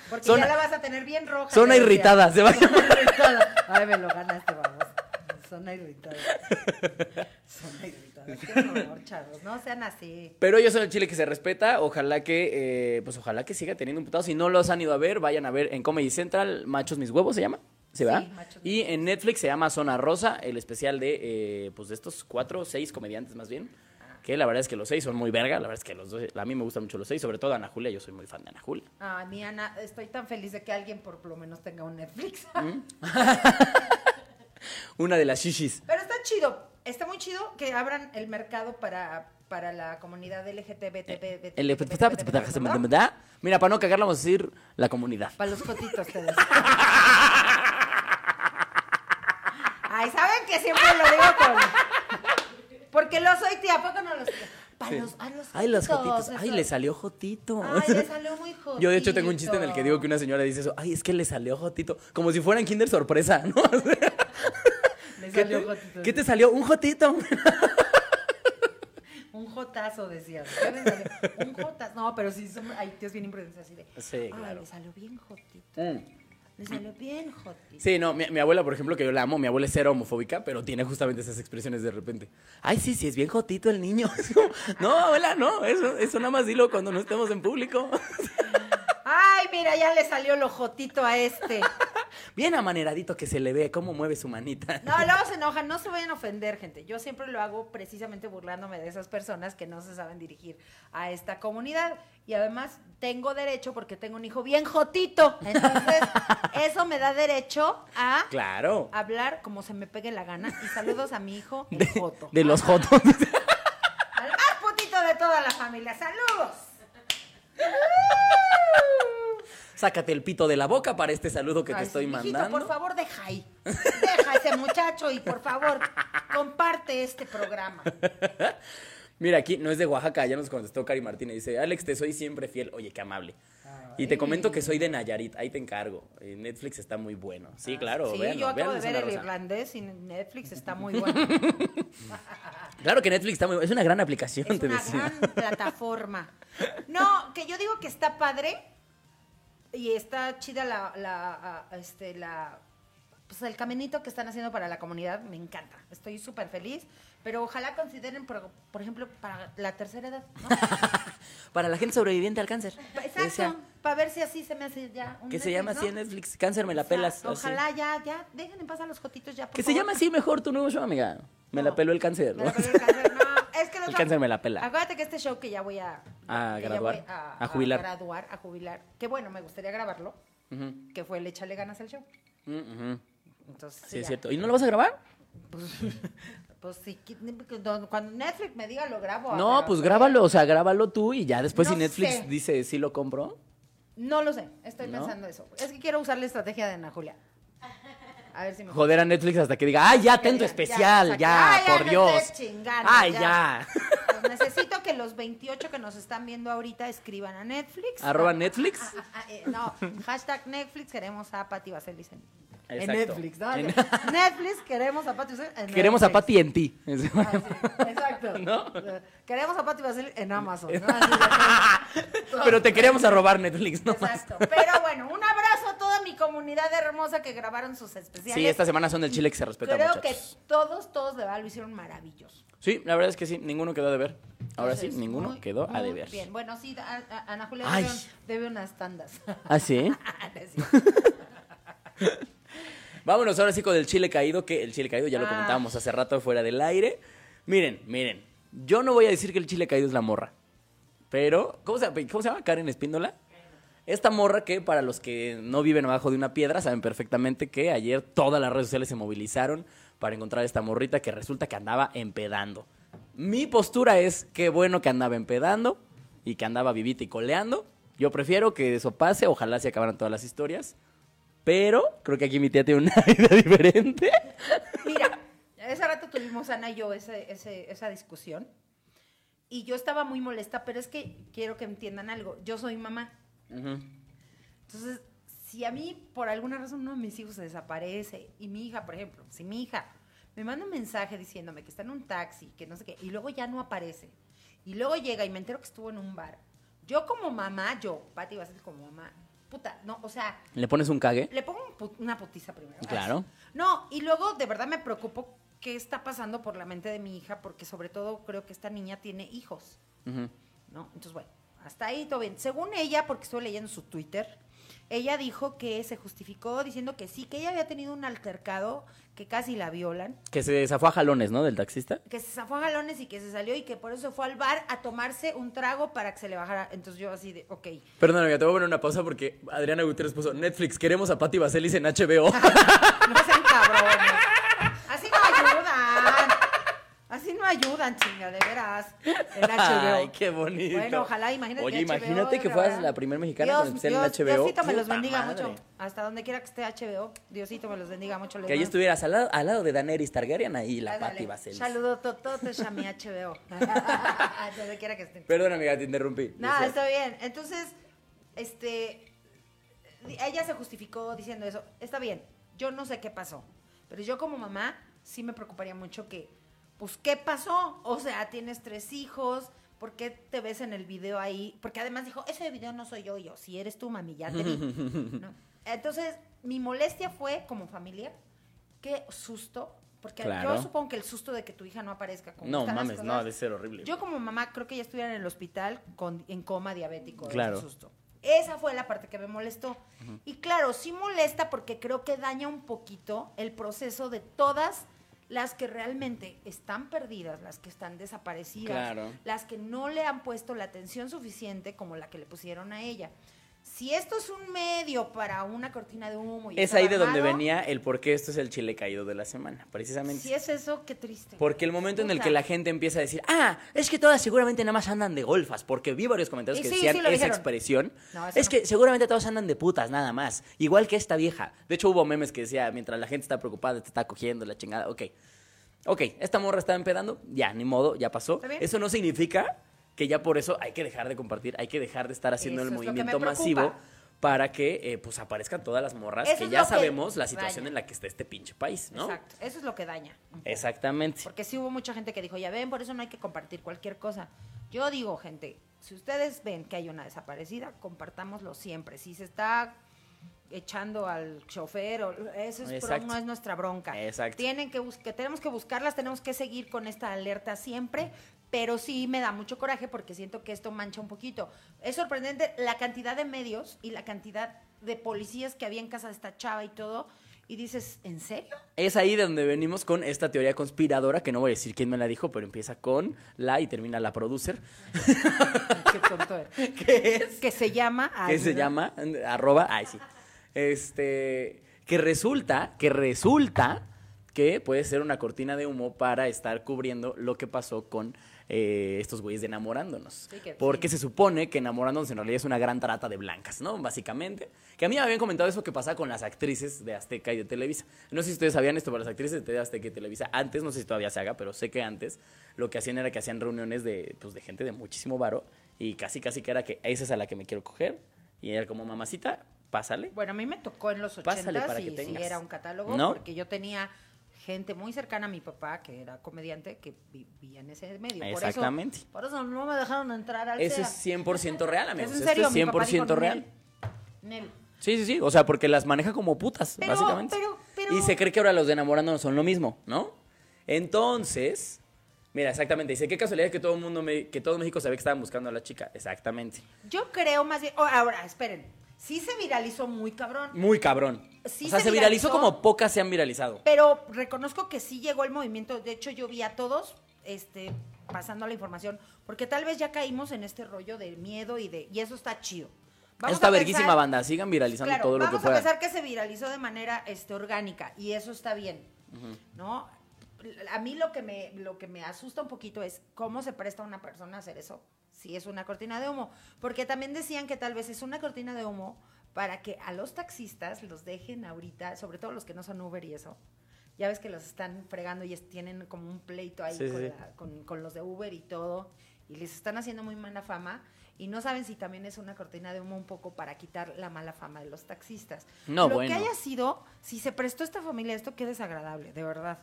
Porque
Zona-
ya la vas a tener bien roja.
Zona
te decía.
irritada, se va a
Zona irritada. Ay, me lo ganaste, vamos. Zona irritada. Zona irritada. Qué horror, chavos. No sean así.
Pero ellos son el Chile que se respeta. Ojalá que, eh, pues ojalá que siga teniendo un putado. Si no los han ido a ver, vayan a ver en Comedy Central, Machos Mis Huevos se llama. ¿Se
Sí,
va?
Machos Mis
y en Netflix se llama Zona Rosa, el especial de, eh, pues de estos cuatro o seis comediantes más bien. Que la verdad es que los seis son muy verga. La verdad es que los dos, a mí me gustan mucho los seis, sobre todo Ana Julia. Yo soy muy fan de Ana Julia.
Ay, mi Ana, estoy tan feliz de que alguien por lo menos tenga un Netflix.
Una de las shishis.
Pero está chido. Está muy chido que abran el mercado para, para la comunidad LGTB.
El- Mira, para no cagarla, vamos a decir la comunidad.
Para los cotitos te decía. Ay, ¿saben que siempre lo digo con...? Porque lo soy tía, ¿a poco no lo soy? Para los, ay, los
Ay, los jotitos. Ay,
eso.
le salió jotito.
Ay, le salió muy jodido.
Yo de hecho tengo un chiste en el que digo que una señora dice eso, ay, es que le salió jotito, como si fueran Kinder sorpresa, ¿no?
Le
¿Qué
salió
te,
jotito.
qué te salió? Un jotito.
Un jotazo, decías. ¿Qué le salió? Un jotazo. No, pero sí, son... hay tíos bien imprudentes así de...
Sí,
Ay,
claro.
le salió bien jotito. Le salió bien jotito.
Sí, no, mi, mi abuela, por ejemplo, que yo la amo, mi abuela es cero homofóbica, pero tiene justamente esas expresiones de repente. Ay, sí, sí, es bien jotito el niño. Es como, no, abuela, no, eso, eso nada más dilo cuando no estemos en público.
Ay, mira, ya le salió lo jotito a este.
Bien amaneradito que se le ve, cómo mueve su manita.
No, luego se enojan, no se vayan a ofender, gente. Yo siempre lo hago precisamente burlándome de esas personas que no se saben dirigir a esta comunidad. Y además tengo derecho porque tengo un hijo bien jotito. Entonces, eso me da derecho a
Claro.
hablar como se me pegue la gana. Y saludos a mi hijo, el
De,
joto.
de los jotos.
Al más putito de toda la familia. ¡Saludos!
Sácate el pito de la boca para este saludo que te
Ay,
estoy
sí, mijito,
mandando.
por favor, deja ahí. Deja ese muchacho y por favor, comparte este programa.
Mira, aquí no es de Oaxaca, ya nos contestó Cari Martínez. Dice, Alex, te soy siempre fiel. Oye, qué amable.
Ah,
Y te comento que soy de Nayarit, ahí te encargo. Eh, Netflix está muy bueno. Sí, claro,
Ah, Sí,
véanlo,
yo acabo
véanlo,
de
es
ver
una
el
rosa.
irlandés y Netflix está muy bueno.
Claro que Netflix está muy Es una gran aplicación,
es
te
una
decía.
gran plataforma. No, que yo digo que está padre y está chida la, la, ah, este, la, pues el caminito que están haciendo para la comunidad, me encanta. Estoy súper feliz, pero ojalá consideren, por, por ejemplo, para la tercera edad, ¿no?
Para la gente sobreviviente al cáncer.
Exacto,
Decía,
para ver si así se me hace ya un
que se
Netflix,
llama
¿no?
así en Netflix, cáncer me la
O sea,
pelas. así.
Ojalá ya, ya, dejen en paz a los jotitos ya, por
Que se
favor.
llama así mejor tu nuevo show, amiga. Me
No.
la peló el cáncer.
Me la peló el cáncer, no. Es que los
El cáncer me la pela.
Acuérdate que este show que ya voy a...
A
que ya
graduar,
voy
a jubilar.
A graduar, a jubilar. Que bueno, me gustaría grabarlo.
Ujú,
Que fue el échale ganas al show.
ujú.
Entonces,
Sí, es
ya.
cierto. ¿Y no lo vas a grabar?
Pues sí, que- don- cuando Netflix me diga lo grabo.
No,
pero-
pues grábalo, o sea, grábalo tú y ya después
No
si Netflix
sé.
dice sí lo compro.
No lo sé, estoy
¿No?
pensando eso. Es que quiero usar la estrategia de Ana Julia. A ver si me...
joder a Netflix hasta que diga, ¡ay, ya, ten tu
Ya,
especial! ¡Ya,
ya, ya, ya,
por
no
Dios!
estés chingando,
¡Ay,
ya.
ya!
Pues necesito que los 28 que nos están viendo ahorita escriban a Netflix.
Arroba Netflix.
Ah, ah, eh, no, hashtag Netflix queremos a Pati Vaselis en, en
Exacto.
Netflix, ¿no?
En-
Netflix queremos a Pati Vaselis en
Queremos a
Netflix.
Patty en ti.
Ah, sí, exacto.
¿No?
Queremos a Pati Vaselis en Amazon. ¿no? Así de-
Pero te queríamos a robar Netflix, ¿no?
Exacto. Pero bueno, un abrazo a toda mi comunidad hermosa que grabaron sus especiales.
Sí, esta semana son del Chile que se respeta,
Creo
muchachos.
que todos, todos de verdad lo hicieron maravilloso.
Sí, la verdad es que sí, ninguno quedó a deber. Ahora sí,
Entonces,
ninguno
muy,
quedó a
muy
deber.
Bien, bueno, sí, a- a- Ana Julia
Ay.
debe, un- debe unas tandas.
¿Ah, sí?
No es cierto.
Vámonos ahora sí con el chile caído, que el chile caído ya lo
Ah.
comentábamos hace rato fuera del aire. Miren, miren, yo no voy a decir que el chile caído es la morra, pero ¿cómo se, cómo se llama Karen Espíndola? Esta morra que para los que no viven abajo de una piedra saben perfectamente que ayer todas las redes sociales se movilizaron para encontrar a esta morrita que resulta que andaba empedando. Mi postura es qué bueno que andaba empedando y que andaba vivita y coleando. Yo prefiero que eso pase, ojalá se acabaran todas las historias. Pero creo que aquí mi tía tiene una idea diferente.
Mira, ese rato tuvimos Ana y yo ese- ese- esa discusión. Y yo estaba muy molesta, pero es que quiero que entiendan algo. Yo soy mamá. Entonces, si a mí por alguna razón uno de mis hijos se desaparece, y mi hija, por ejemplo, si mi hija me manda un mensaje diciéndome que está en un taxi, que no sé qué, y luego ya no aparece, y luego llega y me entero que estuvo en un bar, yo como mamá, yo, Pati, vas a ser como mamá, puta, no, o sea,
¿Le pones un cague?
le pongo un pu- una putiza primero.
Claro.
No, y luego de verdad me preocupo qué está pasando por la mente de mi hija, porque sobre todo creo que esta niña tiene hijos.
Ujú.
¿no? Entonces, bueno, hasta ahí todo bien. Según ella, porque estuve leyendo su Twitter, ella dijo que se justificó diciendo que sí, que ella había tenido un altercado, que casi la violan,
Que se zafó a jalones, ¿no? Del taxista.
que se zafó a galones y que se salió y que por eso fue al bar a tomarse un trago para que se le bajara. Entonces yo así de, ok.
Perdón, amiga, te voy a poner una pausa porque Adriana Gutiérrez puso Netflix, queremos a Patti Vaselis en HBO.
No sean cabrones. Así no ayudan. Así no ayudan, chinga, de veras. El HBO.
Ay, qué bonito.
Bueno, ojalá, imagínate.
Oye,
HBO,
imagínate
de
que fueras
verdad.
la primera mexicana
Dios,
con empezar en
Dios,
HBO.
Diosito me los
Puta
bendiga
madre.
mucho. Hasta donde quiera que esté HBO. Diosito me los bendiga mucho. les
Que allí
mando-
estuvieras al lado, al lado de Daenerys Targaryen ahí, la
Ándale.
Patti Vaselis.
Saludo tototes a mi HBO. Hasta donde quiera que estén.
Perdón, amiga, te interrumpí. Yo
No,
sé.
está bien. Entonces, este, di- ella se justificó diciendo eso. Está bien, yo no sé qué pasó, pero yo como mamá sí me preocuparía mucho que, pues, ¿qué pasó? O sea, tienes tres hijos, ¿por qué te ves en el video ahí? Porque además dijo, ese video no soy yo, y yo, si eres tú, mami, ya te vi. ¿no? Entonces, mi molestia fue como familia, qué susto, porque
Claro.
yo supongo que el susto de que tu hija no aparezca como
No
están las
mames, no,
cosas,
ha de ser horrible.
yo como mamá creo que ya estuviera en el hospital con, en coma diabético.
Claro.
Claro. Susto. Esa fue la parte que me molestó. Y claro, sí molesta porque creo que daña un poquito el proceso de todas las que realmente están perdidas, las que están desaparecidas,
Claro.
las que no le han puesto la atención suficiente como la que le pusieron a ella. Si esto es un medio para una cortina de humo y
Es
estaba
ahí de donde
armado,
venía el por qué esto es el chile caído de la semana, precisamente.
Si es eso, qué triste.
Porque el momento en el
Puta.
que la gente empieza a decir, ah, es que todas seguramente nada más andan de golfas, porque vi varios comentarios
Y
que
sí,
decían
sí lo
esa
dijeron.
expresión.
No, eso
es
no.
que seguramente todas andan de putas nada más, igual que esta vieja. De hecho, hubo memes que decía, mientras la gente está preocupada, te está cogiendo la chingada, ok. Ok, esta morra está empedando, ya, ni modo, ya pasó.
Está bien.
Eso no significa que ya por eso hay que dejar de compartir, hay que dejar de estar haciendo
Eso
el
es lo que me
movimiento
preocupa.
masivo para que eh, pues aparezcan todas las morras
Eso
que
es
ya
lo que-
sabemos la situación
Vaya.
en la que está este pinche país, ¿no?
Exacto, eso es lo que daña. un poco.
Exactamente.
Porque sí hubo mucha gente que dijo, ya ven, por eso no hay que compartir cualquier cosa. Yo digo, gente, si ustedes ven que hay una desaparecida, compartámoslo siempre. Si se está echando al chofer, o, eso es pro-
Exacto.
no es nuestra bronca.
Exacto.
Tienen que bus- que tenemos que buscarlas, tenemos que seguir con esta alerta siempre, pero sí me da mucho coraje porque siento que esto mancha un poquito. Es sorprendente la cantidad de medios y la cantidad de policías que había en casa de esta chava y todo. Y dices, ¿en serio?
Es ahí de donde venimos con esta teoría conspiradora, que no voy a decir quién me la dijo, pero empieza con la y termina la producer,
Qué tonto eres.
que es,
que se llama
que se llama, arroba, ay sí, este, que resulta, que resulta que puede ser una cortina de humo para estar cubriendo lo que pasó con eh, estos güeyes de enamorándonos.
Sí, que-
Porque
sí.
se supone que enamorándonos en realidad es una gran trata de blancas, ¿no? Básicamente. Que a mí me habían comentado eso que pasaba con las actrices de Azteca y de Televisa. No sé si ustedes sabían esto, pero las actrices de Azteca y Televisa antes, no sé si todavía se haga, pero sé que antes lo que hacían era que hacían reuniones de, pues, de gente de muchísimo varo y casi casi que era que esa es a la que me quiero coger y era como mamacita, pásale.
Bueno, a mí me tocó en los
Pásale
80
para
y
que
sí
tengas.
era un catálogo
¿No?
porque yo tenía gente muy cercana a mi papá que era comediante que vivía en ese medio. Por eso-
Exactamente.
Por eso, no me dejaron entrar al
Eso
SEA.
es 100% real, amigos.
en
Esto
serio,
es
mi papá dijo,
100% real.
"Nel, Nel,
Sí, sí, sí. O sea, porque las maneja como putas,
Pero,
básicamente.
pero, pero-
Y se cree que ahora los de enamorándonos son lo mismo, ¿no? Entonces, mira, exactamente. Dice, qué casualidad que todo el mundo, me- que todo México sabía que estaban buscando a la chica. Exactamente.
Yo creo más bien. oh, ahora, esperen. Sí se viralizó muy cabrón.
Muy cabrón.
Sí
o sea,
se
se viralizó,
viralizó.
como pocas se han viralizado.
Pero reconozco que sí llegó el movimiento. De hecho, yo vi a todos este, pasando la información. Porque tal vez ya caímos en este rollo de miedo y de. Y eso está chido.
Eso está
a pensar-
verguísima banda. Sigan viralizando
Claro,
todo lo que
vamos a
puedan.
pensar que se viralizó de manera este, orgánica y eso está bien, ¿no? A mí lo que, me, lo que me asusta un poquito es cómo se presta una persona a hacer eso, si es una cortina de humo. Porque también decían que tal vez es una cortina de humo para que a los taxistas los dejen ahorita, sobre todo los que no son Uber y eso. Ya ves que los están fregando y es- tienen como un pleito ahí
Sí, sí,
con,
sí.
la- con- con los de Uber y todo, y les están haciendo muy mala fama, y no saben si también es una cortina de humo un poco para quitar la mala fama de los taxistas.
No,
Lo
bueno.
que haya sido, si se prestó esta familia a esto, qué desagradable, de verdad.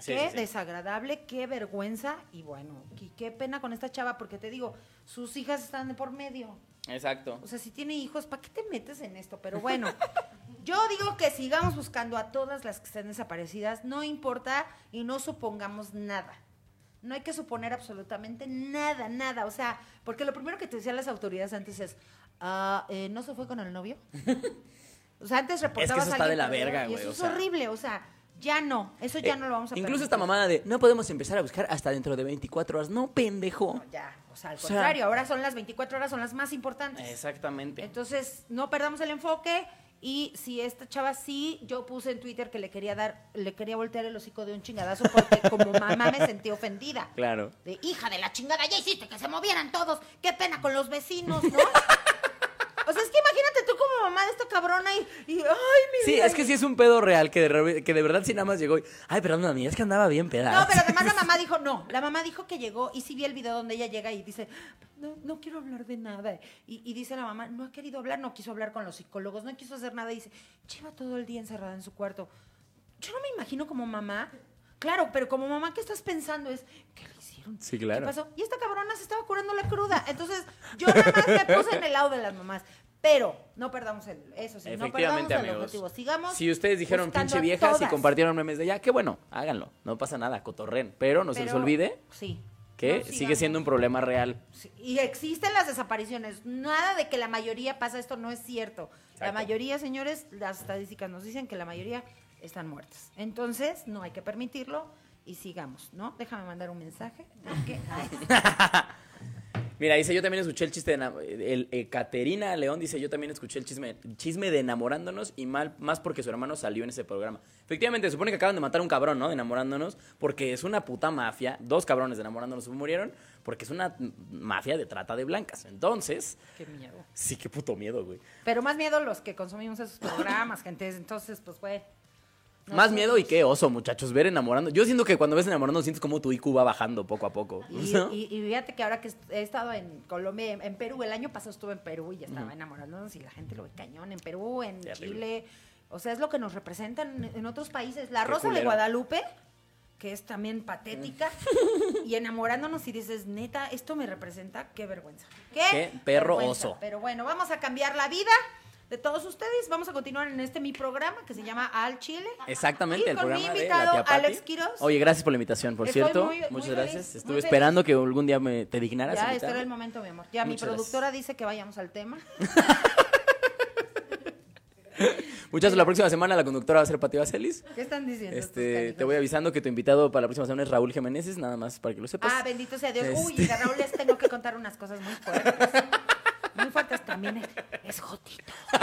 Sí,
qué
sí, sí.
desagradable, qué vergüenza, y bueno, y qué pena con esta chava, porque te digo, sus hijas están de por medio.
Exacto.
O sea, si tiene hijos, ¿para qué te metes en esto? Pero bueno, yo digo que sigamos buscando a todas las que estén desaparecidas, no importa y no supongamos nada. No hay que suponer absolutamente nada, nada. O sea, porque lo primero que te decían las autoridades antes es, ah, eh, ¿no se fue con el novio? O sea, antes reportabas
eso
a
está
alguien
de la
perdido
verga,
y
güey,
Eso
o
es
sea.
horrible, o sea, ya no. Eso ya
Eh,
no lo vamos a
Incluso esta
permitir.
mamada de no podemos empezar a buscar hasta dentro de 24 horas. No, pendejo.
No, ya, o sea, al
O sea-
contrario, ahora son las 24 horas, son las más importantes.
Exactamente.
Entonces, no perdamos el enfoque. Y si esta chava sí, yo puse en Twitter que le quería dar, le quería voltear el hocico de un chingadazo porque como mamá me sentí ofendida.
Claro.
De hija de la chingada, ya hiciste que se movieran todos. Qué pena con los vecinos, ¿no? o sea, es que imagínate tú como mamá de esta cabrona y, y, ay, mi
Sí,
vida.
es que sí es un pedo real que de, re- que de verdad si nada más llegó y, ay, perdón, mami, es que andaba bien peda.
No, pero además la mamá dijo, no, la mamá dijo que llegó y sí vi el video donde ella llega y dice, no, no quiero hablar de nada. Y, y dice la mamá, no ha querido hablar, no quiso hablar con los psicólogos, no quiso hacer nada. Y dice, lleva todo el día encerrada en su cuarto. Yo no me imagino como mamá. Claro, pero como mamá, ¿qué estás pensando? Es, ¿qué le hicieron?
Sí, claro.
¿Qué pasó? Y esta cabrona se estaba curando la cruda. Entonces, yo nada más me puse en el lado de las mamás. Pero no perdamos el, eso sí, no perdamos
Efectivamente,
el
amigos.
objetivo. Sigamos.
si ustedes dijeron
buscando
pinche
a
viejas y
todas.
compartieron memes de ella, qué bueno, háganlo. No pasa nada, cotorren. Pero no se les
Pero-
olvide
Sí.
que
No,
sigue
sigamos.
siendo un problema real.
Sí, Y existen las desapariciones. Nada de que la mayoría pasa esto no es cierto. La
Exacto.
mayoría, señores, las estadísticas nos dicen que la mayoría están muertas. Entonces, no hay que permitirlo y sigamos, ¿no? Déjame mandar un mensaje. porque- ay,
Mira, dice, yo también escuché el chiste de... ena- El, eh, Caterina León dice, yo también escuché el chisme, chisme de enamorándonos y mal, más porque su hermano salió en ese programa. Efectivamente, se supone que acaban de matar a un cabrón, ¿no? De enamorándonos, porque es una puta mafia. Dos cabrones de enamorándonos murieron porque es una mm, mafia de trata de blancas. Entonces,
qué miedo.
sí, qué puto miedo, güey.
Pero más miedo los que consumimos esos programas, gente. Entonces, pues, güey. no
Más
sé.
miedo y qué oso, muchachos, ver enamorando. Yo siento que cuando ves enamorando sientes como tu IQ va bajando poco a poco.
Y,
¿no?
y- y fíjate que ahora que est- he estado en Colombia, en, en Perú, el año pasado estuve en Perú y ya estaba enamorándonos y la gente lo ve cañón en Perú, en
Terrible.
Chile. O sea, es lo que nos representan en- en otros países. La
Qué
Rosa de
culero.
Guadalupe, que es también patética,
Mm.
y enamorándonos y dices, neta, esto me representa, qué vergüenza. Qué,
Qué perro
vergüenza.
oso.
Pero bueno, vamos a cambiar la vida de todos ustedes. Vamos a continuar en este mi programa que se llama Al Chile.
Exactamente,
Y
el
con mi
programa de la
invitado,
tía Pati.
Alex Quiroz.
Oye, gracias por la invitación, por
Estoy
cierto.
muy- muy
Muchas
feliz,
gracias.
muy
Estuve
feliz.
esperando que algún día me te dignaras.
Ya,
a
este era
invitarme.
el momento, mi amor. Ya, mi
Muchas gracias.
productora dice que vayamos al tema.
Muchachos, la próxima semana la conductora va a ser Pati Vaselis.
¿Qué están diciendo? estos
Este, te
canijos?
voy avisando que tu invitado para la próxima semana es Raúl Jiménez, nada más para que lo sepas.
Ah, bendito sea Dios. Uy,
pues, Este-
de Raúl les tengo que contar unas cosas muy fuertes. Muy fuertes también. Es, es jotito. Es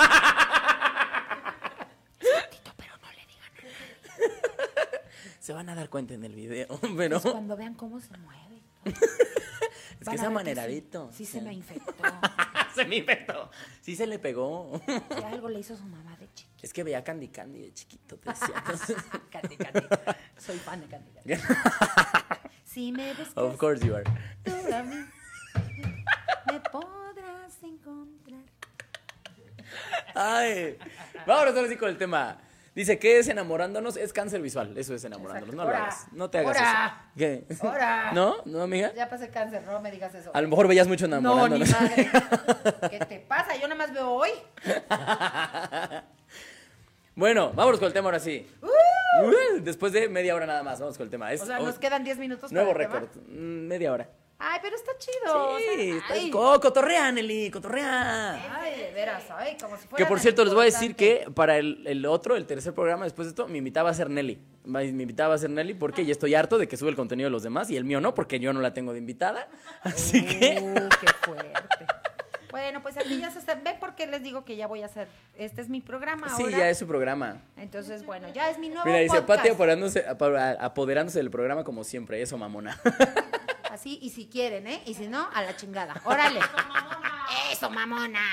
jotito, pero no le digan.
Se van a dar cuenta en el video, pero
Es cuando vean cómo se mueve.
es
Van
que
a
es
ver
amaneradito.
Sí, sí se me infectó.
se me infectó. Sí se le pegó.
Que algo le hizo su mamá de chiquito.
Es que veía Candy Candy de chiquito, te decía.
Candy, Candy. Soy fan de Candy. Candy. Si me buscas
Of course you are.
tú a mí, me podrás encontrar.
Ay. Vámonos ahora sí con el tema. Dice, ¿qué es enamorándonos? Es cáncer visual. Eso es enamorándonos.
Exacto.
No lo
Ora.
hagas. No te hagas
Ora.
eso. ¿Qué?
Ora.
¿No? ¿No, amiga?
Ya pasé cáncer, no me digas eso.
A lo mejor veías mucho
No, ni
enamorándonos.
madre. ¿Qué te pasa? Yo nada más veo hoy.
Bueno, vámonos con el tema ahora sí. Uh, Después de media hora nada más, vamos con el tema. Es
O sea,
hoy-
nos quedan 10 minutos. para
nuevo
el tema.
récord. Mm, Media hora.
Ay, pero está
Sí,
chido. o sea,
está-
ay,
co- cotorrea, Nelly, cotorrea.
ay, de veras, ay, como si fuera.
Que por
tan
cierto, les voy a decir
importante.
que para el, el otro, el tercer programa después de esto, mi invitada va a ser Nelly. Va- Mi invitada va a ser Nelly porque ya estoy harto de que sube el contenido de los demás y el mío no, porque yo no la tengo de invitada. Así que.
Uh, qué fuerte. Bueno, pues aquí ya se está. Ve por qué les digo que ya voy a hacer. Este es mi programa
Sí,
ahora.
ya es su programa.
Entonces, bueno, ya es mi nuevo
Mira, dice
podcast.
Pati apoderándose, apa- apoderándose del programa como siempre. Eso, mamona.
Así, y si quieren, ¿eh? Y si no, a la chingada. Órale. Eso, mamona.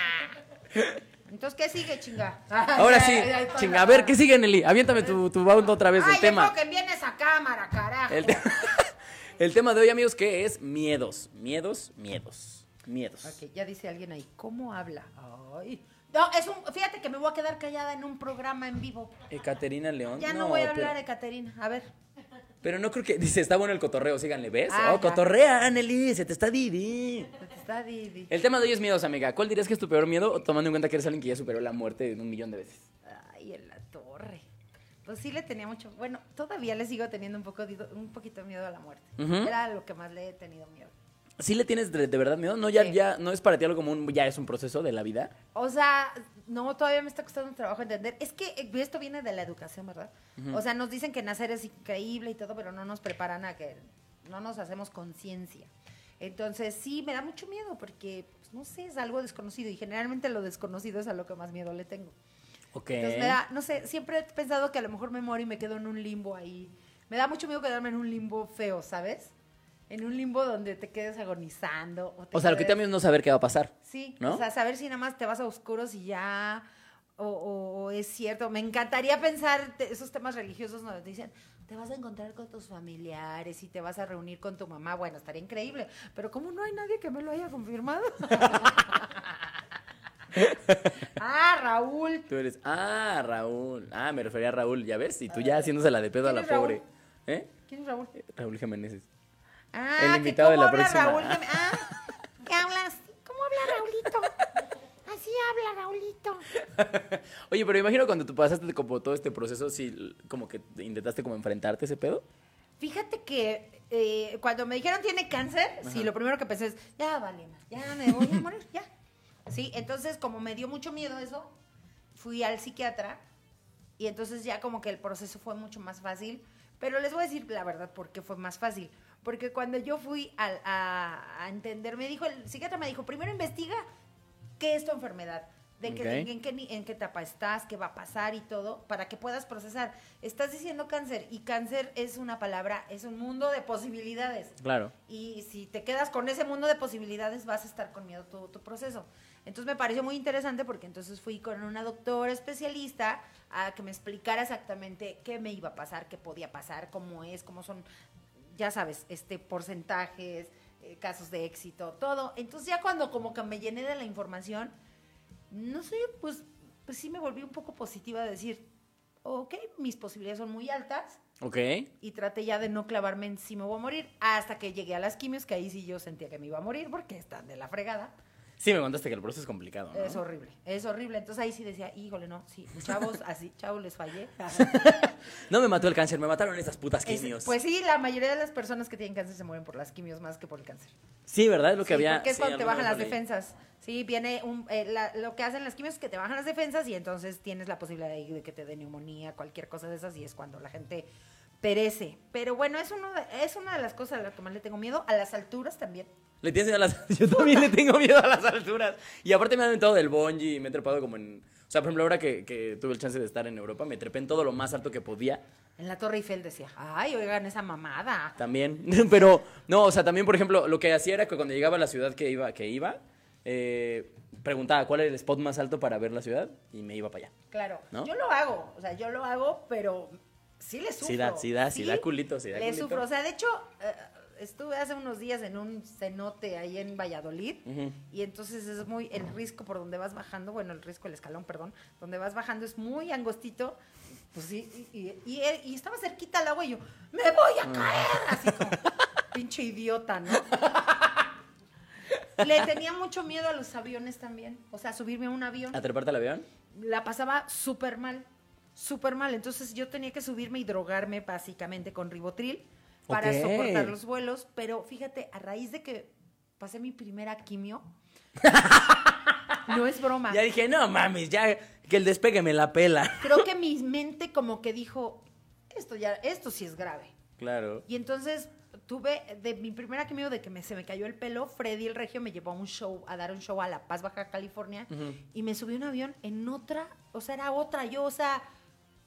Entonces, ¿qué sigue, chinga?
Ahora sí, chinga. A ver, ¿qué sigue, Nelly? Aviéntame tu, tu bound otra vez del
Ay,
tema.
yo creo que viene esa cámara, carajo.
El, te- el tema de hoy, amigos, que es miedos. Miedos, miedos, miedos.
Ok, ya dice alguien ahí, ¿cómo habla? Ay. No, es un, fíjate que me voy a quedar callada en un programa en vivo.
Caterina León.
Ya no, voy a
pero-
hablar de Caterina. A ver.
Pero no creo que. Dice, está bueno el cotorreo, síganle, ¿ves?
Ah,
oh,
ya.
cotorrea, Anneli, se te está Didi.
Está Didi.
El tema de hoy es miedos, amiga. ¿Cuál dirías que es tu peor miedo, tomando en cuenta que eres alguien que ya superó la muerte un millón de veces?
Ay, en la torre. Pues sí le tenía mucho. Bueno, todavía le sigo teniendo un poco dido- un poquito miedo a la muerte.
Ujú.
Era lo que más le he tenido miedo.
¿Sí le tienes de, de verdad miedo? No, ya,
Sí.
ya, no es para ti algo como un. Ya es un proceso de la vida.
O sea, no, todavía me está costando trabajo entender. Es que eh, esto viene de la educación, ¿verdad? O sea, nos dicen que nacer es increíble y todo, pero no nos preparan a que no nos hacemos conciencia. Entonces, sí, me da mucho miedo porque, pues, no sé, es algo desconocido y generalmente lo desconocido es a lo que más miedo le tengo.
Ok.
Entonces, me da, no sé, siempre he pensado que a lo mejor me muero y me quedo en un limbo ahí. Me da mucho miedo quedarme en un limbo feo, ¿sabes? En un limbo donde te quedes agonizando. O, te
O sea, lo que
quedes-
te da miedo es no saber qué va a pasar.
Sí,
¿no?
o sea, saber si nada más te vas a oscuros y ya, o, o- o es cierto. Me encantaría pensar te- esos temas religiosos nos dicen, te vas a encontrar con tus familiares y te vas a reunir con tu mamá. Bueno, estaría increíble, pero como no hay nadie que me lo haya confirmado? ah, Raúl.
Tú eres. Ah, Raúl. Ah, me refería a Raúl, ¿ya ves? Y tú ya haciéndosela de pedo a la
Ah, ¿Quién es Raúl?
pobre. ¿Eh?
¿Quién es Raúl?
Raúl Jiménez.
Ah,
El
que
invitado de
cómo
la
habla
próxima.
Raúl que me- ah, ¿qué hablas? ¿Cómo habla Raulito? Así habla Raulito.
Oye, pero imagino cuando tú pasaste como todo este proceso, si como que intentaste como enfrentarte a ese pedo.
Fíjate que eh, cuando me dijeron tiene cáncer, sí, lo primero que pensé es, ya vale, ya me voy a morir, ya. Sí, entonces como me dio mucho miedo eso, fui al psiquiatra y entonces ya como que el proceso fue mucho más fácil. Pero les voy a decir la verdad por qué fue más fácil. Porque cuando yo fui al- a, a entender, me dijo, el psiquiatra me dijo, primero investiga qué es tu enfermedad, de qué,
Ok.
en, qué, ni- en qué etapa estás, qué va a pasar y todo, para que puedas procesar. Estás diciendo cáncer y cáncer es una palabra, es un mundo de posibilidades.
Claro.
Y si te quedas con ese mundo de posibilidades, vas a estar con miedo todo tu proceso. Entonces me pareció muy interesante porque entonces fui con una doctora especialista a que me explicara exactamente qué me iba a pasar, qué podía pasar, cómo es, cómo son, ya sabes, este porcentajes, eh, casos de éxito, todo. Entonces ya cuando como que me llené de la información, no sé, pues, pues sí me volví un poco positiva de decir, ok, mis posibilidades son muy altas,
Ok.
y traté ya de no clavarme en si me voy a morir hasta que llegué a las quimios, que ahí sí yo sentía que me iba a morir porque están de la fregada.
Sí, me contaste que el proceso es complicado, ¿no?
Es horrible, es horrible. Entonces ahí sí decía, híjole, no, sí, chavos, así, chavos, les fallé.
No me mató el cáncer, me mataron esas putas
Es-
quimios.
pues sí, la mayoría de las personas que tienen cáncer se mueren por las quimios más que por el cáncer.
sí, ¿verdad? Es lo que
Sí,
había.
porque es
sí,
cuando te
alguna vez
bajan las
lo leí.
defensas. Sí, viene un, eh, la- lo que hacen las quimios es que te bajan las defensas y entonces tienes la posibilidad de, de que te dé neumonía, cualquier cosa de esas y es cuando la gente perece. Pero bueno, es, uno de- es una de las cosas a las que más le tengo miedo, a las alturas también.
Le tienes miedo a las. Yo también le tengo miedo a las alturas. Y aparte me han aventado del bungee y me he trepado como en. O sea, por ejemplo, ahora que, que tuve el chance de estar en Europa, me trepé en todo lo más alto que podía.
En la Torre Eiffel decía, ay, oigan esa mamada.
También. Pero, no, o sea, también, por ejemplo, lo que hacía era que cuando llegaba a la ciudad que iba, que iba eh, preguntaba cuál era el spot más alto para ver la ciudad y me iba para allá.
Claro,
¿No?
yo lo hago, o sea, yo lo hago, pero sí le sufro.
Sí da- sí da- sí da culito, sí da
Le
culito.
sufro, o sea, de hecho, eh, estuve hace unos días en un cenote ahí en Valladolid
Ujú.
y entonces es muy, el risco por donde vas bajando, bueno, el risco, el escalón, perdón, donde vas bajando es muy angostito, pues sí, y, y- y- y estaba cerquita al agua y yo, me voy
Mm.
a caer, así como, pinche idiota, ¿no? Le tenía mucho miedo a los aviones también, o sea, subirme a un avión
¿A treparte al avión?
la pasaba súper mal. súper mal. Entonces yo tenía que subirme y drogarme básicamente con ribotril para
Ok.
soportar los vuelos. Pero fíjate, a raíz de que pasé mi primera quimio, no es broma.
Ya dije, no mames, ya que el despegue me la pela.
Creo que mi mente como que dijo, esto ya, esto sí es grave.
Claro.
Y entonces tuve, de mi primera quimio de que me- se me cayó el pelo, Freddy el Regio me llevó a un show, a dar un show a La Paz, Baja California, y me subí a un avión en otra, o sea, era otra, yo, o sea,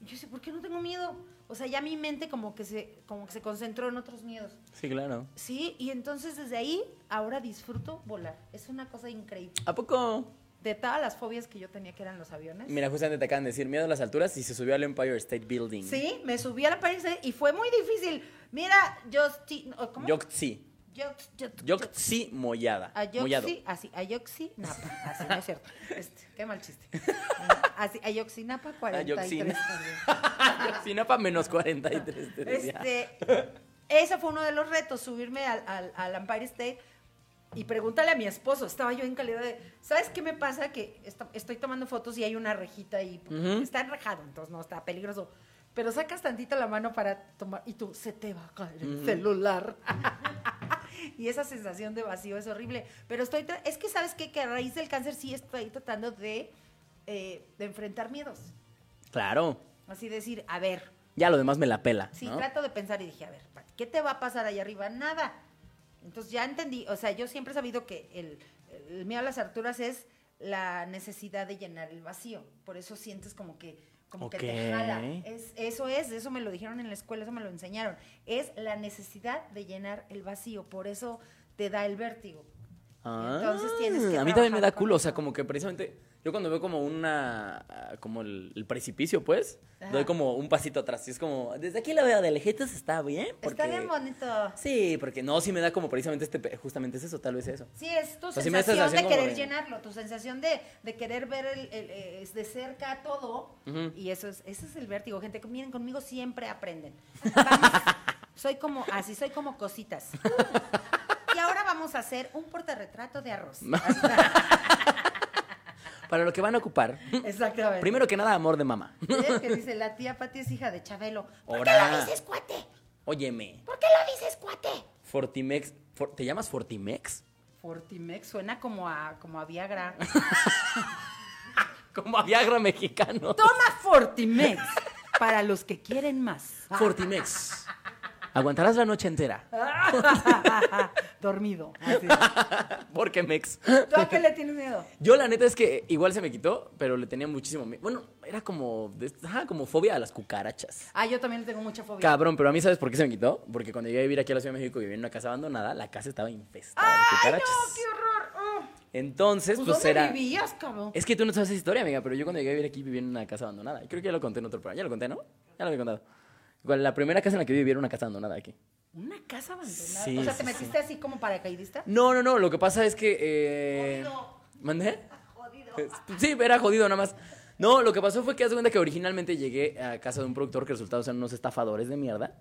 yo sé, ¿por qué no tengo miedo? O sea, ya mi mente como que se, como que se concentró en otros miedos.
Sí, claro.
Sí, y entonces desde ahí ahora disfruto volar. Es una cosa increíble.
¿A poco?
De todas las fobias que yo tenía que eran los aviones.
Mira, justamente te acaban de decir miedo a las alturas y se subió al Empire State Building.
Sí, me subí a la Paris y fue muy difícil. Mira, Justin, ¿cómo? Ah,
Yoctsi.
Yox- Yox-
Yoctsi mollada. Mollado.
Ayoxi, así, Ayoxinapa, así no es cierto. Este, qué mal chiste. Así, Ayoxinapa 43.
Ayoxina. Yoctsinapa menos 43. te decía.
Este, ese fue uno de los retos, subirme al, al, al Empire State y preguntarle a mi esposo. Estaba yo en calidad de, ¿sabes qué me pasa? Que esta- estoy tomando fotos y hay una rejita ahí. porque
Ujú.
Está enrejado, entonces no, está peligroso. Pero sacas tantito la mano para tomar y tú, se te va a caer el celular. y esa sensación de vacío es horrible. Pero estoy, tra- es que sabes qué? que a raíz del cáncer sí estoy tratando de, eh, de enfrentar miedos.
Claro.
Así decir, a ver,
Ya lo demás me la pela.
Sí,
¿no?
trato de pensar y dije, a ver, Pati, ¿qué te va a pasar allá arriba? Nada. Entonces ya entendí, o sea, yo siempre he sabido que el, el miedo a las alturas es la necesidad de llenar el vacío. Por eso sientes como que, como que te
Ok.
jala. Es, eso es, eso me lo dijeron en la escuela, eso me lo enseñaron. Es la necesidad de llenar el vacío, por eso te da el vértigo.
Ah,
Entonces tienes que
A mí también me
trabajar
da
con
culo, o
eso.
sea, como que precisamente yo cuando veo como una ah, como el, el precipicio, pues,
Ajá.
doy como un pasito atrás y es como desde aquí la veo de lejitos está bien, porque
Está bien bonito.
Sí, porque no, sí me da como precisamente este pe- justamente es eso, tal vez eso.
Sí, es tu
sea, sí me da
sensación,
sensación
de
como
querer
de-
llenarlo, tu sensación de, de querer ver el, el, eh, es de cerca todo.
Ujú.
Y eso es, ese es el vértigo. Gente, que miren, conmigo siempre aprenden. Vamos, soy como, así soy como cositas. Y ahora vamos a hacer un portarretrato de arroz.
Para lo que van a ocupar.
Exactamente.
Primero que nada, amor de mamá.
¿Ves que dice, la tía Pati es hija de Chabelo. ¿Por qué
Ahora.
lo dices, cuate?
Óyeme,
¿Por qué lo dices, cuate?
Fortimex, for- ¿te llamas Fortimex?
Fortimex suena como a, como a Viagra.
Como a Viagra mexicano.
Toma Fortimex para los que quieren más.
Fortimex. Aguantarás la noche entera.
Dormido.
Porque Mex.
¿Tú a qué le tienes miedo?
Yo la neta es que igual se me quitó, pero le tenía muchísimo miedo. Bueno, era como, de- ajá, como fobia a las cucarachas.
Ah, yo también le tengo mucha fobia.
Cabrón, pero a mí ¿sabes por qué se me quitó? Porque cuando llegué a vivir aquí a la Ciudad de México y vivía en una casa abandonada, la casa estaba infestada de
¡Ay, no!
cucarachas.
¡Qué horror! Ah.
Entonces,
Pues,
pues,
¿Dónde
era...
vivías, cabrón?
Es que tú no sabes esa historia, amiga, pero yo cuando llegué a vivir aquí viví en una casa abandonada. Y creo que ya lo conté en otro programa. Ya lo conté, ¿no? Ya lo había contado. Igual, La primera casa en la que viví era una casa abandonada aquí.
Una casa abandonada.
Sí,
o sea,
sí, sí.
¿te metiste así como paracaidista?
No, no, no. Lo que pasa es que. Eh...
Jodido.
¿Mandé? Eh,
Jodido.
Sí, era jodido nada más. No, lo que pasó fue que haz de cuenta que originalmente llegué a casa de un productor que resultados eran unos estafadores de mierda.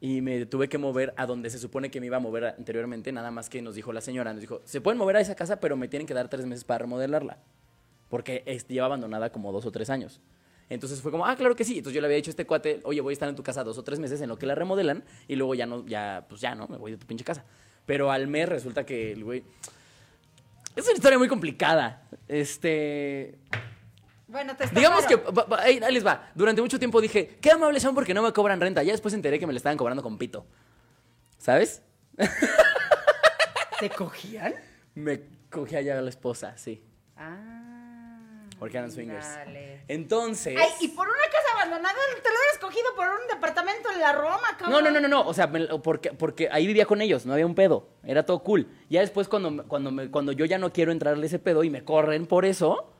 Y me tuve que mover a donde se supone que me iba a mover anteriormente, nada más que nos dijo la señora, nos dijo, se pueden mover a esa casa, pero me tienen que dar tres meses para remodelarla. Porque es- lleva abandonada como dos o tres años. Entonces fue como, ah, claro que sí. Entonces yo le había dicho a este cuate, oye, voy a estar en tu casa dos o tres meses en lo que la remodelan y luego ya no, ya, pues ya no, me voy de tu pinche casa. Pero al mes resulta que el güey... Es una historia muy complicada. Este...
Bueno, te está
Digamos que,
claro.
va- va- ahí, ahí les va. Durante mucho tiempo dije, qué amables son porque no me cobran renta. Ya después enteré que me le estaban cobrando con pito. ¿Sabes?
¿Te cogían?
Me cogí allá a la esposa, sí.
Ah.
Porque eran swingers.
dale.
Entonces.
Ay, y por una casa abandonada te lo hubieras cogido por un departamento en la Roma, cabrón.
No, no, no, no, no. O sea, me lo- porque, porque ahí vivía con ellos, no había un pedo. Era todo cool. Ya después, cuando, me- cuando, me- cuando yo ya no quiero entrarle ese pedo y me corren por eso,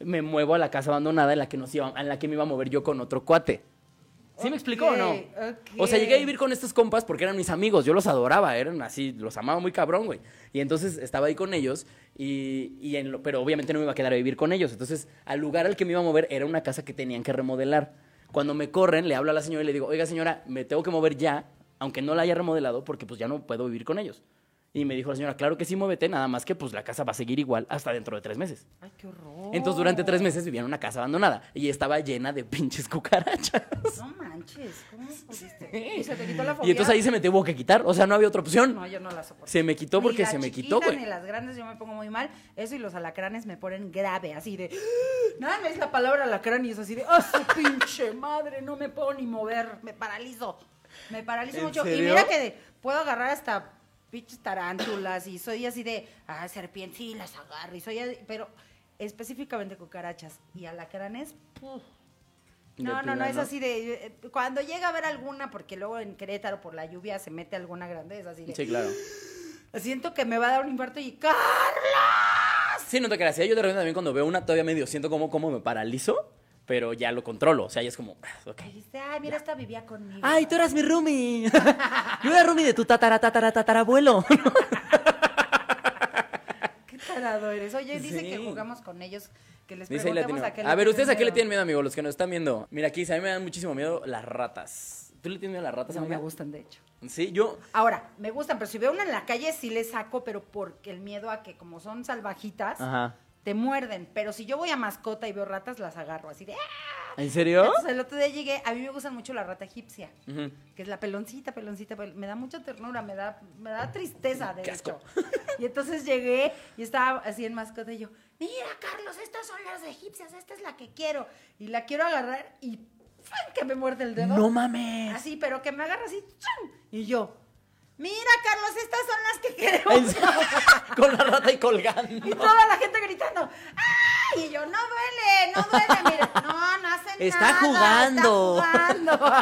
me muevo a la casa abandonada en la que, nos iba, en la que me iba a mover yo con otro cuate. ¿Sí me explicó o no?
Ok, ok.
O sea, llegué a vivir con estos compas porque eran mis amigos. Yo los adoraba, eran así, los amaba muy cabrón, güey. Y entonces estaba ahí con ellos, y, y en lo- pero obviamente no me iba a quedar a vivir con ellos. Entonces, al lugar al que me iba a mover era una casa que tenían que remodelar. Cuando me corren, le hablo a la señora y le digo, oiga, señora, me tengo que mover ya, aunque no la haya remodelado, porque pues ya no puedo vivir con ellos. Y me dijo la señora, claro que sí, muévete, nada más que pues la casa va a seguir igual hasta dentro de tres meses.
Ay, qué horror.
Entonces durante tres meses vivía en una casa abandonada y estaba llena de pinches cucarachas.
No manches, ¿cómo pudiste? Y se te quitó la fobia.
Y entonces ahí se me tuvo que quitar, o sea, no había otra opción.
No, yo no la soporto.
Se me quitó
Ni
porque
la
se me
chiquita
quitó, güey.
Ni las grandes yo me pongo muy mal. Eso y los alacranes me ponen grave, así de. Nada, me es la palabra alacrán y es así de. ¡Ah, su pinche madre! No me puedo ni mover. Me paralizo. Me paralizo
¿En
mucho. Y
serio?
mira que de- puedo agarrar hasta pinches tarántulas y soy así de. ¡Ah, serpientes! Y las agarro. Y soy. así- Pero específicamente cucarachas y alacranes. ¡puf!
De
No, no, no,
plano.
es así de. eh, Cuando llega a haber alguna, porque luego en Querétaro por la lluvia se mete alguna grandeza, así de.
Sí, claro.
Siento que me va a dar un infarto y ¡Carla!
Ah, Sí, no te creas. ¿eh? Yo de repente también cuando veo una todavía medio siento como, como me paralizo, pero ya lo controlo. O sea, ya es como, ah, ok.
Dijiste, ay, mira, esta vivía conmigo.
Ay, tú eras mi roomie. Yo era roomie de tu tatara, tatara, tatarabuelo.
qué tarado eres. Oye, dice
Sí.
que jugamos con ellos, que les
Dice ahí
preguntemos
Latino.
a qué
A ver, ¿ustedes a qué le tienen
miedo?
miedo, amigos? Los que nos están viendo. Mira, aquí dice, a mí me dan muchísimo miedo las ratas. ¿Tú le tienes miedo a las ratas,
No me
amiga?
gustan, de hecho.
Sí, yo.
Ahora, me gustan, pero si veo una en la calle sí le saco, pero porque el miedo a que como son salvajitas,
Ajá.
te muerden. Pero si yo voy a mascota y veo ratas, las agarro así de ¡ah!
¿En serio?
Entonces, el otro día llegué, a mí me gustan mucho la rata egipcia,
Ujú.
que es la peloncita, peloncita, pel- me da mucha ternura, me da, me da tristeza, de
Qué
hecho.
asco.
Y entonces llegué y estaba así en mascota y yo, mira Carlos, estas son las egipcias, esta es la que quiero. Y la quiero agarrar y ¡fum! que me muerde el dedo.
No mames.
Así, pero que me agarra así, ¡chum! Y yo, mira Carlos, estas son las que queremos.
En serio. Con la rata y colgando.
Y toda la gente gritando, ¡ay! Y yo, no duele, no duele, mira, no, no hacen
Está
nada.
jugando.
Está jugando.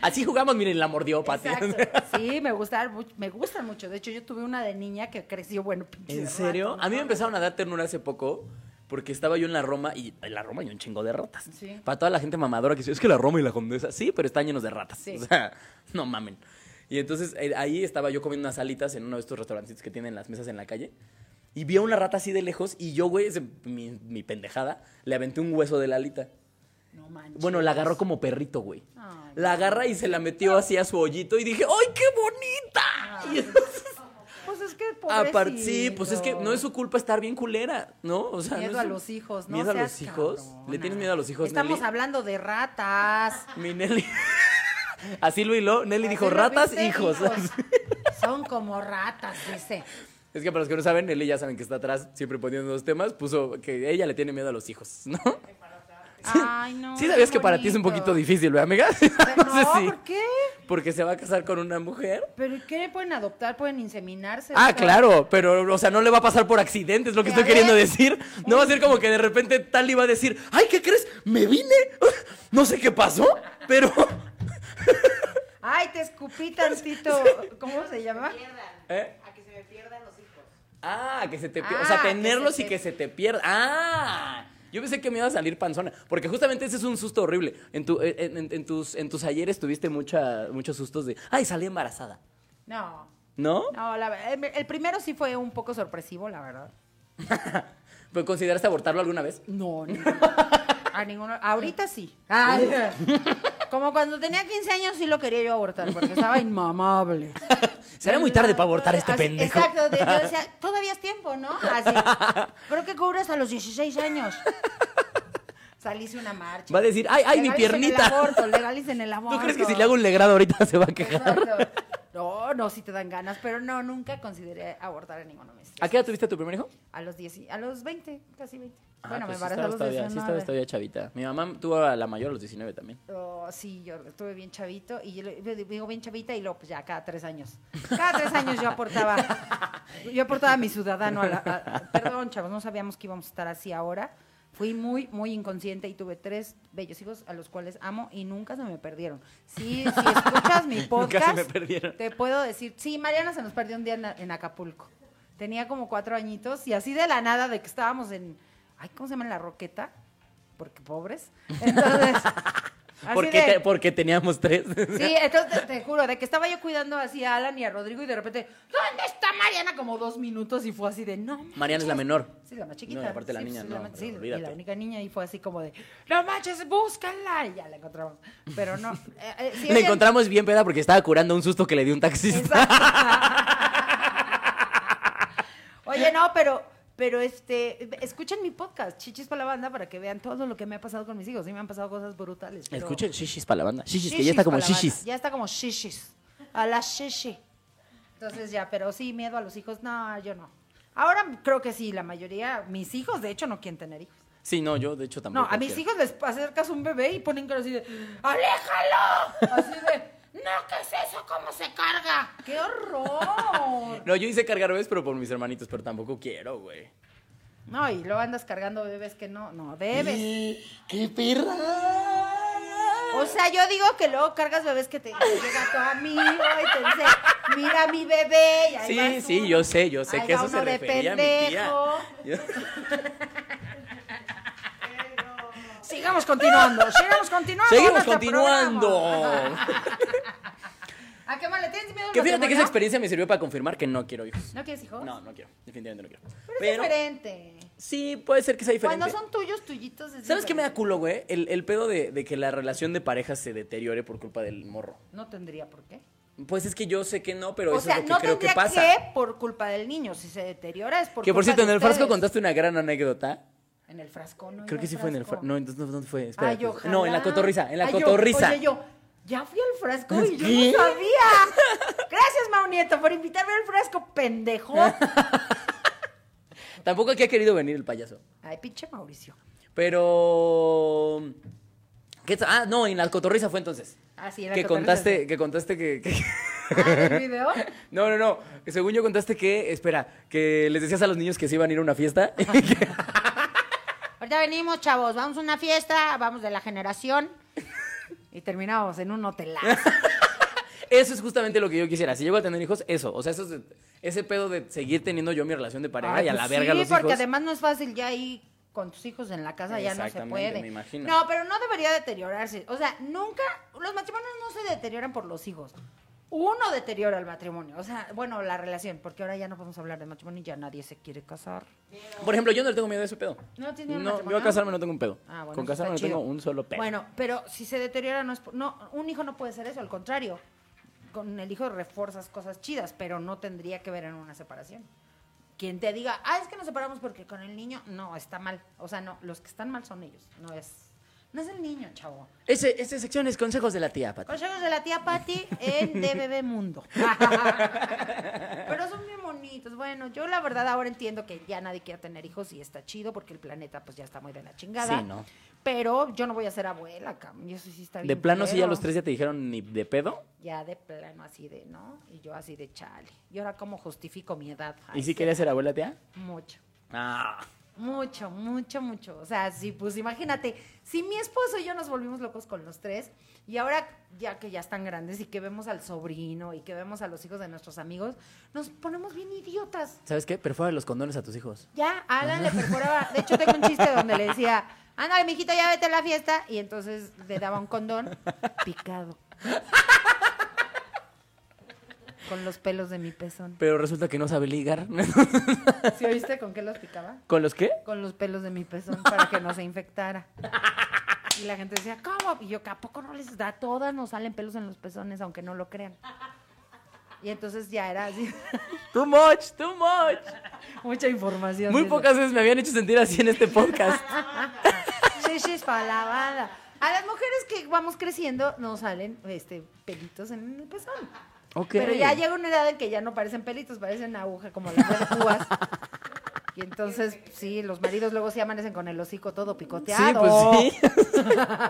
Así jugamos, miren, la mordió, Pati.
Exacto. Sí, me gustan, mu- me gustan mucho. De hecho, yo tuve una de niña que creció, bueno, pinche
¿En
rato,
serio?
¿no?
A mí me empezaron a dar ternura hace poco porque estaba yo en la Roma y en la Roma hay un chingo de ratas.
Sí.
Para toda la gente mamadora que dice, es que la Roma y la Condesa, sí, pero están llenos de ratas.
Sí.
O sea, no mamen. Y entonces eh, ahí estaba yo comiendo unas alitas en uno de estos restaurantitos que tienen las mesas en la calle. Y vi a una rata así de lejos y yo, güey, ese- mi, mi pendejada, le aventé un hueso de la alita.
No manches.
Bueno, la agarró como perrito, güey.
Ay,
la agarra y se la metió así a su hoyito y dije, ¡ay, qué bonita! Y entonces
Pues es que
Aparte,
pobrecito.
sí, pues es que no es su culpa estar bien culera, ¿no? O sea,
Miedo
no es
a
su-
los hijos, ¿no?
Miedo a
seas
los hijos. ¿Le
cabrona.
tienes miedo a los hijos,
Estamos
Nelly?
hablando de ratas.
Mi Nelly. Así lo hiló. Nelly dijo,
Así lo
ratas,
viste,
hijos.
Son como ratas, dice.
Es que para los que no saben, Nelly ya saben que está atrás, siempre poniendo los temas, puso que ella le tiene miedo a los hijos, ¿no?
Ay, no.
sí
qué
sabías que para ti es un
bonito.
poquito difícil, ¿verdad, amiga?
Pero
No sé
no,
si-
¿por qué?
Porque se va a casar con una mujer.
¿Pero y qué? ¿Pueden adoptar? ¿Pueden inseminarse?
Ah,
O sea,
claro, pero, o sea, no le va a pasar por accidente, es lo que
Ya
estoy queriendo
ves.
decir. No va a ser como que de repente tal iba a decir, ay, ¿qué crees? Me vine, no sé qué pasó, pero...
Ay, te escupí tantito. ¿Cómo se llama?
¿Eh?
A que se me pierdan los hijos.
Ah, que se te pierda,
Ah,
o sea,
que se
tenerlos
te-
y que se te pierda. Ah, yo pensé que me iba a salir panzona, porque justamente ese es un susto horrible. En, tu, eh, en, en- en tus, en tus ayeres tuviste mucha, muchos sustos de, ay, salí embarazada,
No.
¿no?
No, la, ve- el- el primero sí fue un poco sorpresivo, la verdad.
¿Pero consideraste abortarlo alguna vez?
No, a ninguno. Ahorita sí. Como cuando tenía 15 años sí lo quería yo abortar porque estaba inmamable.
Será muy tarde para abortar a este
Así-
pendejo.
Exacto, de- yo decía, todavía es tiempo, ¿no? Así. Creo que cubres a los 16 años. Salís una marcha.
Va a decir, ay, ay, mi
Legalicen el
piernita.
aborto, legalicen el aborto.
¿Tú crees que si le hago un legrado ahorita se va a quejar?
Exacto. No, no, si te dan ganas, pero no, nunca consideré abortar a ninguno de mis
¿A qué edad tuviste tu primer hijo?
A los 10, a los 20, casi 20.
Ah,
bueno,
pues
me
sí
embarazé a los
estabas todavía,
19.
Sí estabas todavía chavita. Mi mamá tuvo a la mayor a los 19 también.
Oh, sí, yo estuve bien chavito y yo le- yo digo bien chavita y luego pues ya cada tres años. Cada tres años yo aportaba, yo aportaba a mi ciudadano a la... a- perdón, chavos, no sabíamos que íbamos a estar así ahora. Fui muy, muy inconsciente y tuve tres bellos hijos a los cuales amo y nunca se me perdieron. Sí, si escuchas mi podcast,
Nunca se me perdieron.
te puedo decir, sí, Mariana se nos perdió un día en, en Acapulco. Tenía como cuatro añitos y así de la nada de que estábamos en, ay, ¿cómo se llama? En la roqueta, porque pobres. Entonces, Así
Porque,
de-
te- porque teníamos tres.
Sí, entonces te, te juro, de que estaba yo cuidando así a Alan y a Rodrigo y de repente, ¿dónde está Mariana? Como dos minutos y fue así de, no.
Mariana es la
manches".
menor.
Sí, la más chiquita.
No, y aparte la
Sí,
niña,
sí,
no,
más-
pero
sí, y la
olvídate.
única niña y fue así como de, no manches, búscala. Y ya la encontramos. Pero no. eh, eh, si
La
ella-
encontramos bien peda porque estaba curando un susto que le dio un taxista.
Exacto. Oye, no, pero, pero este, escuchen mi podcast, Chichis para la Banda, para que vean todo lo que me ha pasado con mis hijos. Sí, me han pasado cosas brutales. pero-
Escuchen shishis para la banda. Shishis, que
Shishis
ya está como
pa' la banda.
shishis.
Ya está como shishis. A la shishi. Entonces ya, pero sí, miedo a los hijos. No, yo no. Ahora creo que sí, la mayoría, mis hijos de hecho no quieren tener hijos.
Sí, no, yo de hecho tampoco.
No, a mis
quiero.
hijos les acercas un bebé y ponen cara así de, ¡aléjalo! Así de, no, ¿qué es eso? ¿Cómo se carga? ¡Qué horror!
No, yo hice cargar bebés, pero por mis hermanitos, pero tampoco quiero, güey.
No, y luego andas cargando bebés que no, no, bebés.
¡Qué perra!
O sea, yo digo que luego cargas bebés que te que llega tu amigo y te dice, mira mi bebé. Y ahí
Sí,
vas
sí,
uno.
yo sé, yo sé
Ahí
que
va
eso se
uno de
refería a mi
pendejo.
tía.
Sigamos continuando, sigamos continuando.
Seguimos
nuestro
continuando.
programa. ¿A qué mal le tienes miedo? al
que fíjate que esa
matrimonio?
experiencia me sirvió para confirmar que no quiero hijos.
¿No quieres hijos?
No, no quiero. Definitivamente no quiero.
Pero, es diferente.
sí, puede ser que sea diferente.
Cuando son tuyos, tuyitos. es
¿Sabes qué me da
diferente.
culo, güey? El, el pedo de, de que la relación de pareja se deteriore por culpa del morro.
No tendría por qué.
Pues es que yo sé que no, pero
o
eso
sea,
es lo que
no
creo que
tendría
pasa.
que por culpa del niño. Si se deteriora es por
Que por
culpa
cierto, en
de
el frasco
ustedes.
contaste una gran anécdota.
En el frasco, ¿no?
Creo que sí fue en el frasco. No, entonces no, ¿dónde fue? Espera,
Ay,
pues. no, en la
ojalá.
cotorriza, en la
Ay, yo-
cotorriza.
oye, yo, ya fui al frasco y yo
¿Qué?
no sabía. Gracias, Mau Nieto, por invitarme al frasco, pendejo.
Tampoco aquí ha querido venir el payaso.
Ay, pinche Mauricio.
Pero. ¿Qué ta- ah, no, en la cotorriza fue entonces.
Ah, sí, en la
que
cotorriza,
contaste, que contaste que. que-
Ah, ¿el video?
No, no, no. que Según yo contaste que, espera, que les decías a los niños que se iban a ir a una fiesta. Que-
Ahorita venimos, chavos, vamos a una fiesta, vamos de la generación. Y terminamos en un hotelazo.
eso es justamente lo que yo quisiera. Si llego a tener hijos, eso. O sea, eso es- ese pedo de seguir teniendo yo mi relación de pareja
Ay,
y a
pues
la verga
sí,
los
porque
hijos.
además no es fácil ya ahí con tus hijos en la casa, ya no se
Exactamente,
puede.
me imagino.
No, pero no debería deteriorarse. O sea, nunca, los matrimonios no se deterioran por los hijos. Uno deteriora el matrimonio, o sea, bueno, la relación, porque ahora ya no podemos hablar de matrimonio y ya nadie se quiere casar.
Por ejemplo, yo no le tengo miedo a ese pedo.
¿No tienes miedo al
No, yo
matrimonio?
a casarme no tengo un pedo.
Ah, bueno,
Con
eso está
casarme no
chido.
tengo un solo pedo.
Bueno, pero si se deteriora no es por- no, un hijo no puede ser eso, al contrario. Con el hijo refuerzas cosas chidas, pero no tendría que ver en una separación. Quien te diga, "Ah, es que nos separamos porque con el niño", no, está mal. O sea, no, los que están mal son ellos, no es no es el niño, chavo.
Ese, esta sección es consejos de la tía, Pati.
Consejos de la tía Patti en DBB Mundo. Pero son bien bonitos. Bueno, yo la verdad ahora entiendo que ya nadie quiere tener hijos y está chido porque el planeta pues ya está muy de la chingada.
Sí, ¿no?
Pero yo no voy a ser abuela, cam. Y eso sí está bien.
De plano, si ya
culero.
los tres ya te dijeron ni de pedo.
Ya de plano así de, ¿no? Y yo así de chale. ¿Y ahora cómo justifico mi edad? Ay,
¿Y si
sí.
querías ser abuela, tía?
Mucho.
Ah.
Mucho, mucho, mucho. O sea, sí, pues imagínate, si mi esposo y yo nos volvimos locos con los tres, y ahora ya que ya están grandes y que vemos al sobrino y que vemos a los hijos de nuestros amigos, nos ponemos bien idiotas.
¿Sabes qué? Perfora los condones a tus hijos.
Ya, Alan le perforaba. De hecho, tengo un chiste donde le decía, ándale, mijito, ya vete a la fiesta. Y entonces le daba un condón picado. Con los pelos de mi pezón.
Pero resulta que no sabe ligar.
¿Sí oíste con qué los picaba?
¿Con los qué?
Con los pelos de mi pezón para que no se infectara. Y la gente decía, ¿cómo? Y yo, ¿a poco no les da? A Todas nos salen pelos en los pezones, aunque no lo crean. Y entonces ya era así.
Too much, too much.
Mucha información.
Muy
de eso.
pocas veces me habían hecho sentir así en este podcast.
Shishis para la banda. A las mujeres que vamos creciendo no salen este pelitos en el pezón.
Ok.
Pero ya llega una edad en que ya no parecen pelitos, parecen aguja como las de púas. Y entonces, sí, los maridos luego se amanecen con el hocico todo
Sí,
picoteado.
pues sí.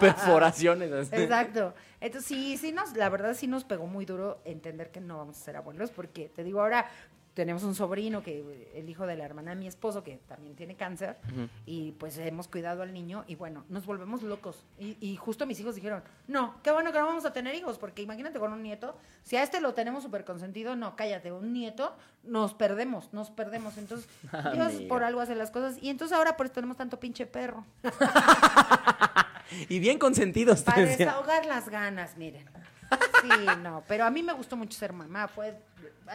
Perforaciones. así.
Exacto. Entonces, sí, sí nos, la verdad sí nos pegó muy duro entender que no vamos a ser abuelos, porque te digo, ahora tenemos un sobrino que eh, el hijo de la hermana de mi esposo, que también tiene cáncer, y pues hemos cuidado al niño, y bueno, nos volvemos locos. Y, y justo mis hijos dijeron, no, qué bueno que no vamos a tener hijos, porque imagínate con un nieto, si a este lo tenemos súper consentido, no, cállate, un nieto, nos perdemos, nos perdemos. Entonces, Dios
Amiga.
por algo hace las cosas, y entonces ahora por eso tenemos tanto pinche perro.
Y bien consentidos. te
Para
decía.
desahogar las ganas, miren. Sí, no, pero a mí me gustó mucho ser mamá. Pues,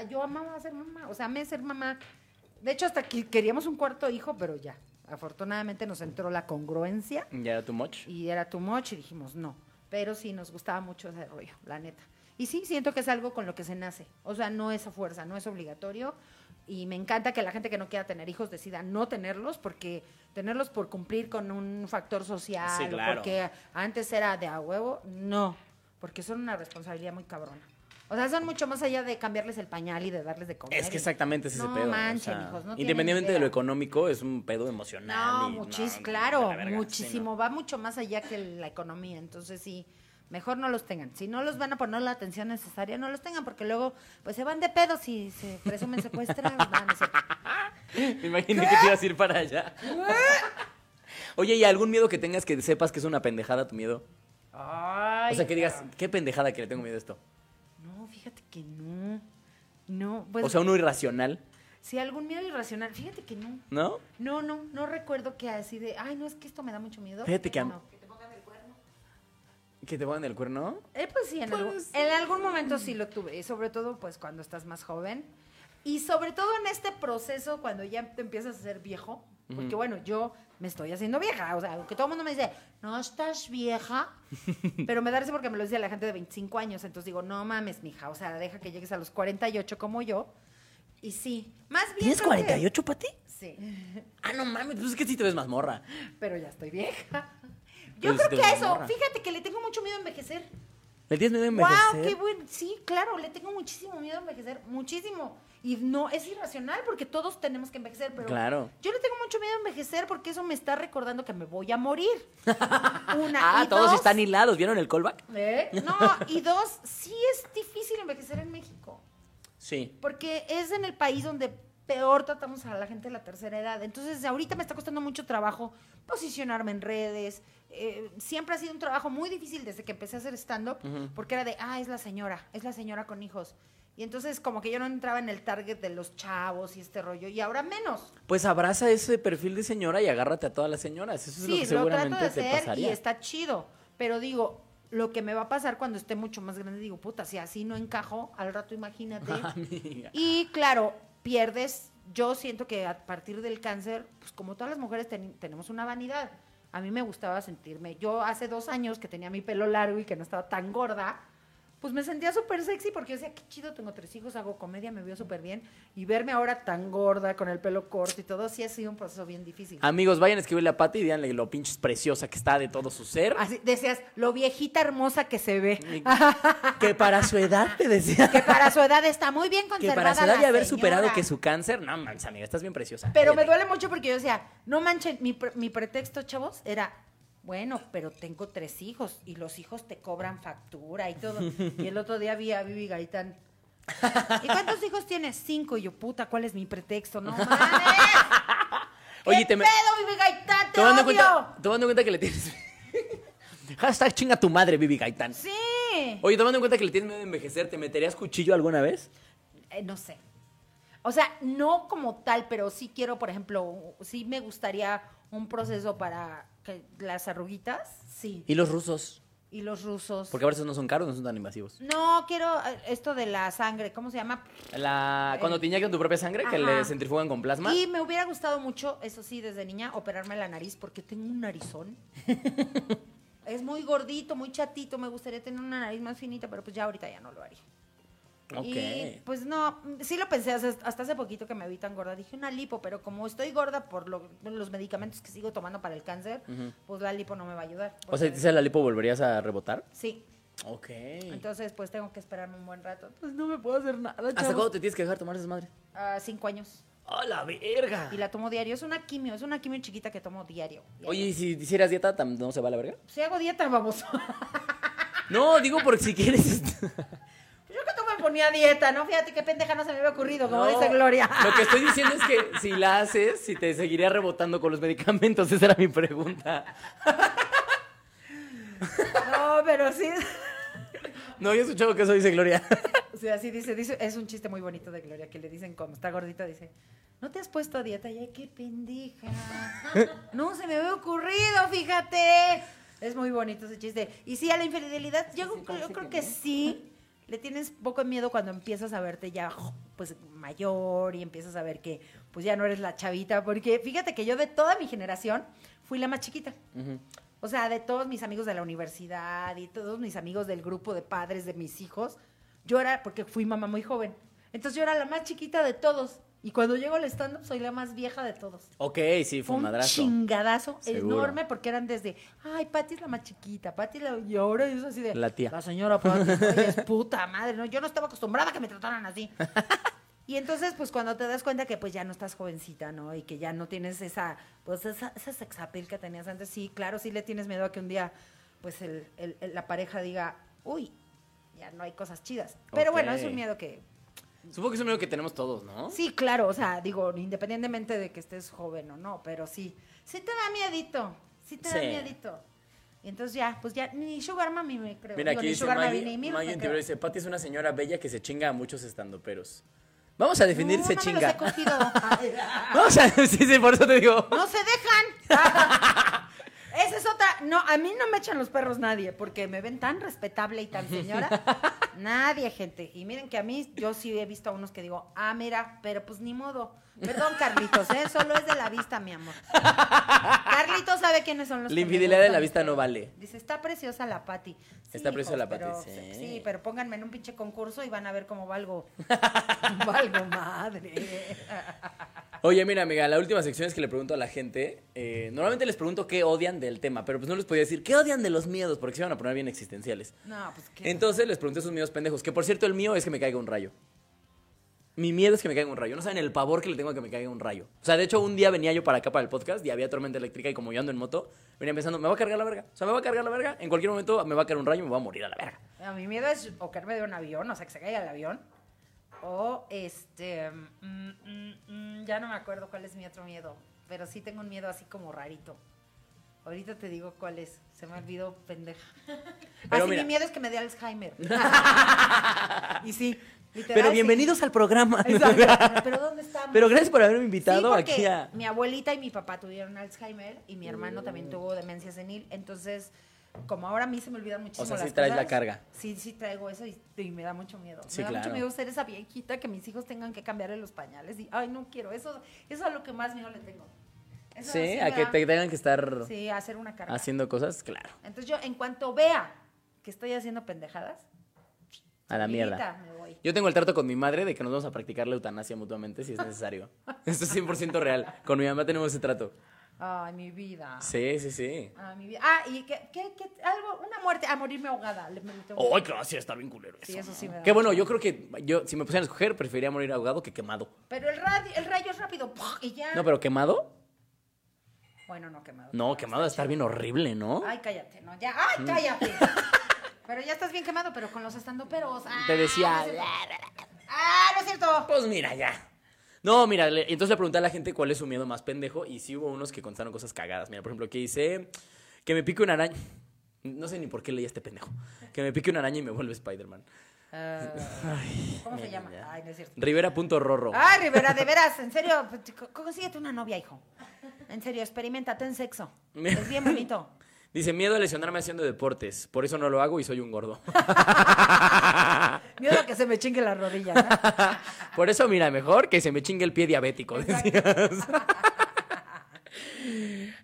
yo amaba ser mamá, o sea, amé ser mamá. De hecho, hasta que queríamos un cuarto hijo, pero ya. Afortunadamente nos entró la congruencia
Ya era too much.
y era too much y dijimos no. Pero sí, nos gustaba mucho ese rollo, la neta. Y sí, siento que es algo con lo que se nace. O sea, no es a fuerza, no es obligatorio. Y me encanta que la gente que no quiera tener hijos decida no tenerlos, porque tenerlos por cumplir con un factor social,
Sí,
o
claro.
porque antes era de a huevo, no. Porque son una responsabilidad muy cabrona. O sea, son mucho más allá de cambiarles el pañal y de darles de comer.
Es que
y-
exactamente es ese
No
pedo. o
manchen,
sea,
hijos, no tienen
independientemente de
idea.
lo económico, es un pedo emocional.
No,
y-
muchis,
no,
claro,
de la verga,
muchísimo. Va mucho más allá que la economía. Entonces, sí, mejor no los tengan. Si no los van a poner la atención necesaria, no los tengan, porque luego, pues se van de pedo si se presumen secuestrados. No, no es cierto.
sí, no. Me imaginé que te ibas a ir para allá. Oye, ¿y algún miedo que tengas que sepas que es una pendejada tu miedo?
Ay,
o sea, que digas,
cabrón.
qué pendejada que le tengo miedo a esto.
No, fíjate que no. No, pues.
o sea, uno irracional,
si algún miedo irracional, fíjate que no.
¿no?
No, no, no recuerdo que así de, ay, no, es que esto me da mucho miedo.
Fíjate que a-
No.
Que te pongan el cuerno.
Eh, pues sí, en, algún, en algún momento sí lo tuve, y sobre todo pues cuando estás más joven. Y sobre todo en este proceso, cuando ya te empiezas a ser viejo, porque bueno, yo me estoy haciendo vieja, o sea, aunque todo el mundo me dice, no estás vieja, pero me da risa porque me lo dice la gente de 25 años, entonces digo, no mames, mija, o sea, deja que llegues a los 48 como yo. Y sí, más bien...
¿Tienes
creo que-
48, Pati?
Sí,
Ah, no mames, pues es que sí te ves más morra.
pero ya estoy vieja. Yo
Pero si
creo
te
que
ves
a eso,
morra.
fíjate que le tengo mucho miedo a envejecer.
¿Le tienes miedo a envejecer?
Wow, qué bueno. Sí, claro, le tengo muchísimo miedo a envejecer, muchísimo. Y no es irracional porque todos tenemos que envejecer, pero
Claro.
yo le tengo mucho miedo a envejecer porque eso me está recordando que me voy a morir. Una
Ah,
y
todos
dos,
están hilados. ¿Vieron el callback?
¿eh? No, y dos, sí es difícil envejecer en México,
Sí.
porque es en el país donde peor tratamos a la gente de la tercera edad. Entonces, ahorita me está costando mucho trabajo posicionarme en redes. Eh, siempre ha sido un trabajo muy difícil desde que empecé a hacer stand-up, porque era de, ah, es la señora, es la señora con hijos. Y entonces como que yo no entraba en el target de los chavos y este rollo, y ahora menos.
Pues abraza ese perfil de señora y agárrate a todas las señoras. Eso es lo
sí,
que
lo, trato de
seguramente te
hacer y
pasaría.
está chido, pero digo, lo que me va a pasar cuando esté mucho más grande, digo, puta, si así no encajo, al rato imagínate.
Amiga.
Y claro, pierdes. Yo siento que a partir del cáncer, pues como todas las mujeres ten- tenemos una vanidad. A mí me gustaba sentirme. Yo hace dos años que tenía mi pelo largo y que no estaba tan gorda, pues me sentía súper sexy porque yo decía, qué chido, tengo tres hijos, hago comedia, me veo súper bien. Y verme ahora tan gorda, con el pelo corto y todo, sí ha sido un proceso bien difícil.
Amigos, vayan a escribirle a Pati y díganle lo pinches preciosa que está de todo su ser.
Así, decías, lo viejita hermosa que se ve.
que para su edad, te decía.
Que para su edad está muy bien
que
conservada.
para su edad
la
y haber superado
señora.
que su cáncer. No manches, amiga, estás bien preciosa.
Pero me
Cállate.
duele mucho porque yo decía, no manchen, mi, pre- mi pretexto, chavos, era, bueno, pero tengo tres hijos y los hijos te cobran factura y todo. Y el otro día vi a Vivi Gaitán. ¿Y cuántos hijos tienes? Cinco. Y yo, puta, ¿cuál es mi pretexto? No mames.
Oye,
¿Qué
te me-
pedo, Vivi Gaitán? ¡Te
Tomando
odio!
en cuenta, tomando en cuenta que le tienes. Hashtag chinga tu madre, Vivi Gaitán.
Sí.
Oye, tomando en cuenta que le tienes miedo de envejecer, ¿te meterías cuchillo alguna vez?
Eh, no sé. O sea, no como tal, pero sí quiero, por ejemplo, sí me gustaría un proceso para que las arruguitas, sí.
¿Y los rusos?
Y los rusos.
Porque a veces no son caros, no son tan invasivos.
No, quiero eh, esto de la sangre, ¿cómo se llama?
La, cuando te inyectan tu propia sangre, que
Ajá.
le centrifugan con plasma.
Y me hubiera gustado mucho, eso sí, desde niña, operarme la nariz porque tengo un narizón. es muy gordito, muy chatito, me gustaría tener una nariz más finita, pero pues ya ahorita ya no lo haría.
Ok.
Y pues no, mm, sí lo pensé hasta hasta hace poquito que me vi tan gorda. Dije una lipo, pero como estoy gorda por lo- los medicamentos que sigo tomando para el cáncer, pues la lipo no me va a ayudar.
O sea, si
porque-
te sale la lipo, ¿volverías a rebotar?
Sí,
Ok.
entonces pues tengo que esperarme un buen rato. Pues no me puedo hacer nada.
¿Hasta
chavos.
cuándo te tienes que dejar tomar esas madres?
Ah, cinco años.
¡A la verga!
Y la tomo diario. Es una quimio, es una quimio chiquita que tomo diario. diario.
Oye, ¿y si hicieras dieta, tam- ¿no se va a la verga?
Si hago dieta, vamos.
No, digo porque si quieres.
Yo que tú me ponía dieta, ¿no? Fíjate qué pendeja no se me había ocurrido, como
No,
dice Gloria.
Lo que estoy diciendo es que si la haces, si te seguiría rebotando con los medicamentos, esa era mi pregunta.
No, pero sí.
No había escuchado que eso dice Gloria.
O sea, así dice, dice, es un chiste muy bonito de Gloria que le dicen como está gordita, dice, ¿no te has puesto a dieta? Y ay, qué pendeja. No se me había ocurrido, fíjate. Es muy bonito ese chiste. Y sí, a la infidelidad, yo,
sí,
creo- yo
parece
creo
que
que,
no.
sí. Le tienes poco de miedo cuando empiezas a verte ya jo, pues mayor y empiezas a ver que pues ya no eres la chavita. Porque fíjate que yo de toda mi generación fui la más chiquita. O sea, de todos mis amigos de la universidad y todos mis amigos del grupo de padres de mis hijos, yo era, porque fui mamá muy joven. Entonces yo era la más chiquita de todos. Y cuando llego al stand-up soy la más vieja de todos.
Ok, sí, fue
Fue
un
un
madrazo.
chingadazo
Seguro.
enorme porque eran desde, ay, Pati es la más chiquita, Pati la... Y ahora es así de...
La tía.
La señora Pati, oye, es puta madre, ¿no? Yo no estaba acostumbrada a que me trataran así. Y entonces, pues cuando te das cuenta que pues ya no estás jovencita, ¿no? Y que ya no tienes esa, pues esa, esa sex appeal que tenías antes. Sí, claro, sí le tienes miedo a que un día, pues el- el- el- la pareja diga, uy, ya no hay cosas chidas. Pero bueno,
Ok.
es un miedo que
Supongo que es un miedo que tenemos todos, ¿no?
Sí, claro, o sea, digo, independientemente de que estés joven o no, pero sí, sí te da miedito, sí te da
Sí.
miedito. Y entonces ya, pues ya, ni Sugar Mami me creo.
Mira,
digo,
aquí
ni
dice
Sugar Mami,
Maggie,
ni Milk
Maggie
me
en
creo.
Tibero dice, Pati es una señora bella que se chinga a muchos estandoperos. Vamos a definir
No,
se
no me
chinga.
los he cogido. Ay,
Vamos a... Sí, sí, por eso te digo.
no se dejan. Ah, Esa es otra. No, a mí no me echan los perros nadie, porque me ven tan respetable y tan señora. nadie, gente. Y miren que a mí, yo sí he visto a unos que digo, ah, mira, pero pues ni modo. Perdón, Carlitos, ¿eh? Solo es de la vista, mi amor. Carlitos sabe quiénes son los
La
que me
infidelidad de
gustan.
la vista no vale.
Dice, está preciosa la Pati.
Está preciosa la
pero-
Pati, sí.
Sí, pero pónganme en un pinche concurso y van a ver cómo valgo. valgo madre.
Oye, mira, amiga, la última sección es que le pregunto a la gente. eh, normalmente les pregunto qué odian del tema, pero pues no les podía decir qué odian de los miedos, porque se iban a poner bien existenciales.
No, pues qué.
Entonces les pregunté sus miedos pendejos, que por cierto el mío es que me caiga un rayo. Mi miedo es que me caiga un rayo. No saben el pavor que le tengo a que me caiga un rayo. O sea, de hecho, un día venía yo para acá para el podcast y había tormenta eléctrica y como yo ando en moto, venía pensando, me va a cargar la verga. O sea, me va a cargar la verga. En cualquier momento me va a caer un rayo y me va a morir a la verga.
A mi miedo es o caerme de un avión, o sea, que se caiga el avión. O este. mm, mm, mm, ya no me acuerdo cuál es mi otro miedo. Pero sí tengo un miedo así como rarito. Ahorita te digo cuál es. Se me olvidó, pendeja.
Pero
así
mira.
mi miedo es que me dé Alzheimer. y sí, literal.
Pero
sí.
bienvenidos al programa.
Exacto. Pero ¿dónde estamos?
Pero gracias por haberme
Sí,
invitado
porque
aquí a... Mm.
Mi abuelita y mi papá tuvieron Alzheimer y mi hermano también tuvo demencia senil. Entonces, como ahora a mí se me olvidan muchísimo
O sea, sí
las
traes la
cosas,
carga.
Sí, sí traigo eso y, y me da mucho miedo.
Sí,
me da
claro.
mucho miedo ser esa viejita que mis hijos tengan que cambiarle los pañales y, ay, no quiero. Eso, eso es lo que más miedo le tengo. Eso
Sí,
me
a que
da-
te Ah, tengan que estar
Sí, a hacer una carga.
haciendo cosas, claro.
Entonces yo, en cuanto vea que estoy haciendo pendejadas,
A la mierda.
solita me voy.
Yo tengo el trato con mi madre de que nos vamos a practicar la eutanasia mutuamente si es necesario. Esto es 100% real. Con mi mamá tenemos ese trato.
Ay, mi vida.
Sí, sí, sí.
Ay, mi vida. Ah, y que, que, que algo, una muerte, a morirme ahogada. le- me lo tengo que-
Ay, claro, sí, está bien culero
Sí, eso sí me da
Qué bueno, yo creo que yo, si me pusieran a escoger, preferiría morir ahogado que quemado.
Pero el, radio, el rayo es rápido ¡puf! y ya.
No, pero quemado.
Bueno, no quemado.
No, quemado Mm. va a estar bien horrible, ¿no?
Ay, cállate, no, ya. Ay, cállate. pero ya estás bien quemado, pero con los estandoperos. Ah,
Te
No
decía.
es cierto. ah, no es cierto.
Pues mira, ya. No, mira, le- entonces le pregunté a la gente cuál es su miedo más pendejo y sí hubo unos que contaron cosas cagadas. Mira, por ejemplo, que dice que me pique una araña. No sé ni por qué leí a este pendejo. Que me pique una araña y me vuelve Spider-Man.
Ah, ¿Cómo se
mira,
llama?
ya.
Ay, no es cierto.
Rivera.rorro.
Ay, Rivera, de veras, en serio, pues, co- consíguete una novia, hijo. En serio, experimentate en sexo.
Mira.
Es bien bonito.
Dice, miedo a lesionarme haciendo deportes. Por eso no lo hago y soy un gordo.
Miedo a que se me chingue la rodilla, ¿no?
Por eso, mira, mejor que se me chingue el pie diabético. decías.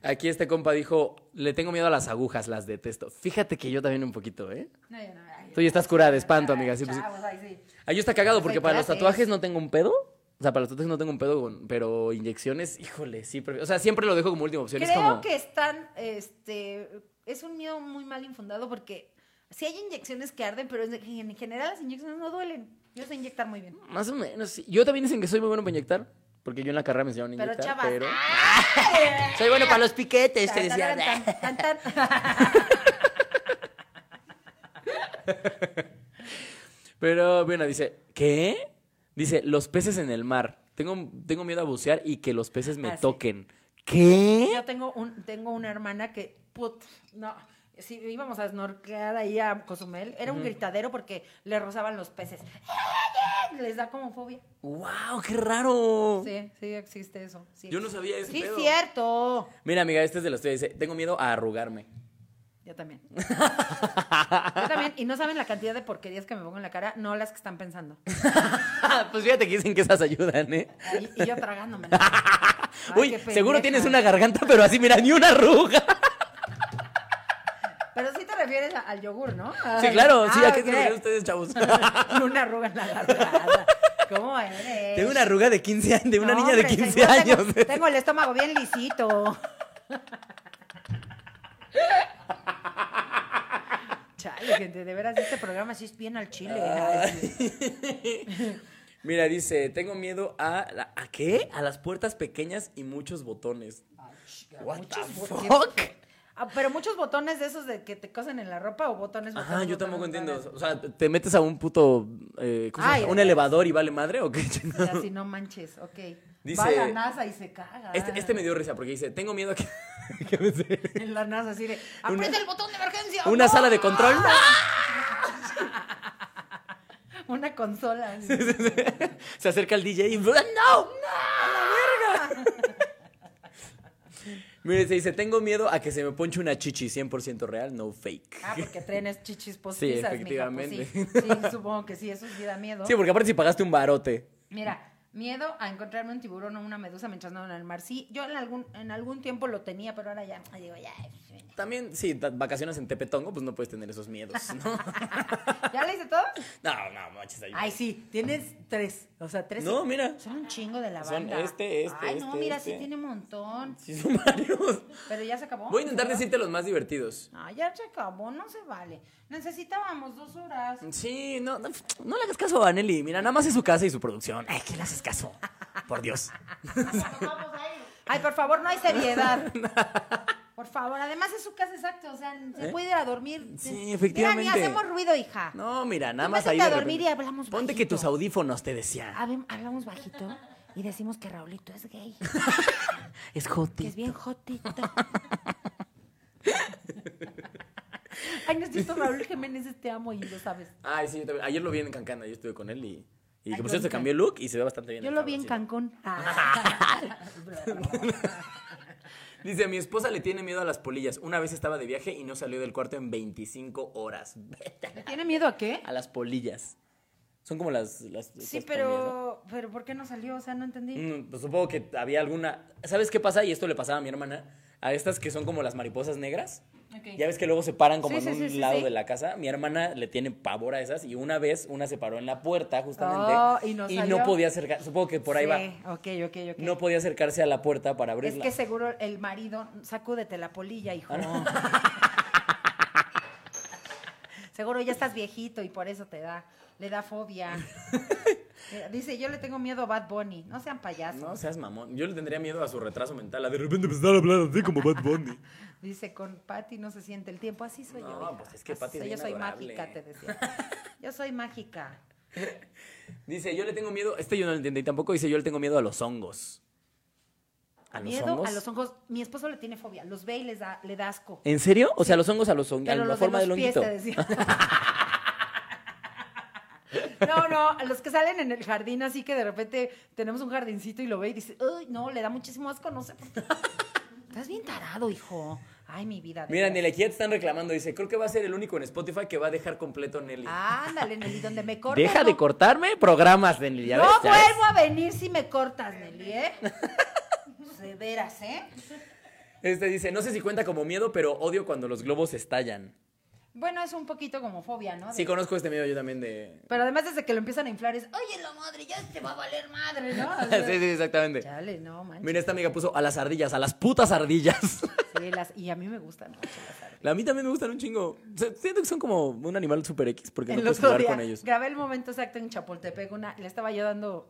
Aquí este compa dijo, le tengo miedo a las agujas, las detesto. Fíjate que yo también un poquito, ¿eh?
No, ya no, ay,
Tú ya estás curada de
ay,
espanto, amiga, sí, pues sí.
chavos, ay, sí.
Ahí está cagado
Pues
porque
hay
para los
clases.
tatuajes no tengo un pedo. O sea, para los tatuajes no tengo un pedo, con- pero inyecciones, híjole, sí. prefiero- O sea, siempre lo dejo como última opción. es
Creo
como...
que están, este, es un miedo muy mal infundado porque sí hay inyecciones que arden, pero en- en general las inyecciones no duelen. Yo sé inyectar muy bien.
Más o menos, sí. Yo también dicen que soy muy bueno para inyectar, porque yo en la carrera me enseñaron a
Pero
inyectar,
chavas,
pero...
¡ay!
Soy bueno para los piquetes, te
Tan,
decía.
tan, tan, tan, tan.
Pero, bueno, dice, ¿qué? Dice, los peces en el mar. Tengo, tengo miedo a bucear y que los peces me
Ah, sí.
toquen. ¿Qué?
Yo tengo un, tengo una hermana que, put, no, si íbamos a snorkear ahí a Cozumel, era un gritadero porque le rozaban los peces. Les da como fobia.
¡Wow! ¡Qué raro!
Sí, sí existe eso. sí
Yo no
existe.
sabía ese
Sí,
pedo.
cierto.
Mira, amiga, este es de los tuyos. Dice, tengo miedo a arrugarme.
Yo también. Yo también. Y no saben la cantidad de porquerías que me pongo en la cara, no las que están pensando.
pues fíjate que dicen que esas ayudan, ¿eh?
Ahí- Y, yo tragándome.
Uy, seguro tienes una garganta, pero así, mira, ni una arruga.
Pero sí te refieres a- al yogur, ¿no?
Sí, claro, sí,
Ah,
¿a qué se
ok.
refieren ustedes, chavos?
Y una arruga en la garganta. ¿Cómo eres?
Tengo una arruga de 15 años, de una
No,
niña de
hombre,
15
seguro
años.
Tengo, tengo el estómago bien lisito. Chale, gente, de veras, este programa sí es bien al chile.
Ah.
Ay,
Mira, dice, tengo miedo a... la- ¿A qué? A las puertas pequeñas y muchos botones. What
muchos
the
botones.
fuck?
Ah, pero muchos botones de esos de que te cosen en la ropa o botones.
Ajá,
botones,
yo
botones,
tampoco
botones?
entiendo. O sea, ¿te metes a un puto... eh, ¿cómo se
Ay,
llama? ¿Un
ay, ay.
elevador y vale madre o qué?
O sea, si no manches, ok.
Dice-
Va a la NASA y se caga.
Este, este me dio risa porque dice, tengo miedo a que... que me se-
En la NASA, así de.
Una-
¡Aprieta el botón de emergencia!
Una
¡No!
sala de control.
Ah, Una consola. así.
se acerca el DJ y... ¡No! ¡No! ¡A la verga! Mire, se dice, tengo miedo a que se me ponche una chichi 100% real, no fake.
Ah, porque trenes chichis
Sí,
postizas, mija, pues
efectivamente.
sí. Sí, supongo que sí, eso sí da miedo.
Sí, porque aparte si pagaste un barote.
Mira, miedo a encontrarme un tiburón o una medusa menchando en el mar. Sí, yo en algún, en algún tiempo lo tenía, pero ahora ya, digo, ya,
También, sí, ta- vacaciones en Tepetongo, pues no puedes tener esos miedos, ¿no?
¿ya le hice todo?
no, no, manches ahí.
Ay, pues, sí, tienes tres, o sea, tres.
No, mira.
Son un chingo de la
Son
banda.
este, este,
Ay, no,
este,
mira,
este.
sí tiene un montón.
Sí, son varios.
Pero ya se acabó.
Voy a intentar
¿Se acabó?
decirte los más divertidos.
No, ya se acabó, no se vale. Necesitábamos dos horas.
Sí, no, no, no le hagas caso a Nelly. Mira, nada más es su casa y su producción. Ay, ¿quién le haces caso? Por Dios.
Ay, por favor, no hay seriedad. Por favor, además es su casa exacto, o sea, se
¿Eh?
puede ir a dormir.
Sí,
Mira,
efectivamente.
ni hacemos ruido, hija.
No, mira, nada
Tú
más
métete
ahí.
a
de
dormir
repente.
y hablamos
Ponte
bajito.
que tus audífonos te decían.
Habem- Hablamos bajito y decimos que Raulito es gay,
Es
que
hotito.
Ah, es bien jotito. Ay, no es cierto, Raúl Jiménez es te amo y lo sabes.
Ay, sí, yo también. ayer lo vi en Cancana, yo estuve con él y. Y
Ay,
que por cierto se
bonita.
cambió el look y se ve bastante bien.
Yo
el
lo vi en
cabrón, sí.
Cancún. Ah.
Dice, mi esposa le tiene miedo a las polillas. Una vez estaba de viaje y no salió del cuarto en 25 horas.
¿Le ¿Tiene miedo a qué?
A las polillas. Son como las... las
Sí,
estas polillas,
pero, pero ¿por qué no salió? O sea, no entendí.
¿no? Mm, pues supongo que había alguna... ¿Sabes qué pasa? Y esto le pasaba a mi hermana. A estas que son como las mariposas negras.
Ok.
Ya ves que luego se paran como
Sí,
en
sí,
un
sí, sí,
lado
sí.
de la casa. Mi hermana le tiene pavor a esas y una vez una se paró en la puerta justamente
Oh, y no salió.
podía acercar. Supongo que por ahí va.
Sí, Ok, ok, ok.
No podía acercarse a la puerta para
es
abrirla. Ah,
que seguro el marido, sacúdete la polilla, hijo. seguro ya estás viejito y por eso te da, le da fobia. Mira, Dice, yo le tengo miedo a Bad Bunny. No sean payasos.
No seas mamón. Yo le tendría miedo a su retraso mental. A de repente empezar a hablar así como Bad Bunny.
Dice, con Patty no se siente el tiempo. Así soy yo.
No,
hija.
pues es que
Así
Patty es
soy. Yo
bien
soy
adorable.
mágica, te decía. Yo soy mágica.
Dice, yo le tengo miedo. Este yo no lo entendí tampoco. Dice, yo le tengo miedo a los hongos. ¿A los
miedo
hongos?
a los hongos. Mi esposo le tiene fobia. Los ve y les da, le da asco.
¿En serio? O sea, los hongos a los hongos. A
Pero
la
los
forma
de
del
los pies
honguito.
te decía. No, no, los que salen en el jardín, así que de repente tenemos un jardincito y lo ve y dice, ay, no, le da muchísimo asco, no sé por qué". Estás bien tarado, hijo. Ay, mi vida. de
Mira,
veras.
ni la te están reclamando. Dice, creo que va a ser el único en Spotify que va a dejar completo Nelly.
Ándale, Nelly, donde me cortas.
Deja
no-
de cortarme programas, Nelly. ¿ya
No
ves? ¿Ya ves?
vuelvo a venir si me cortas, Nelly, ¿eh? De veras, ¿eh?
Este dice, no sé si cuenta como miedo, pero odio cuando los globos estallan.
Bueno, es un poquito como fobia, ¿no? De-
Sí, conozco este miedo yo también de...
Pero además desde que lo empiezan a inflar es, oye, la madre, ya te va a valer madre, ¿no? O sea,
sí, sí, exactamente.
Chale, no, manches.
Mira, esta amiga puso a las ardillas, a las putas ardillas.
Sí, las, y a mí me gustan mucho las ardillas.
A mí también me gustan un chingo. O sea, Siento que son como un animal super X porque no
El
puedes
otro
jugar
día
con ellos.
grabé el momento exacto en Chapultepec, una, le estaba yo dando,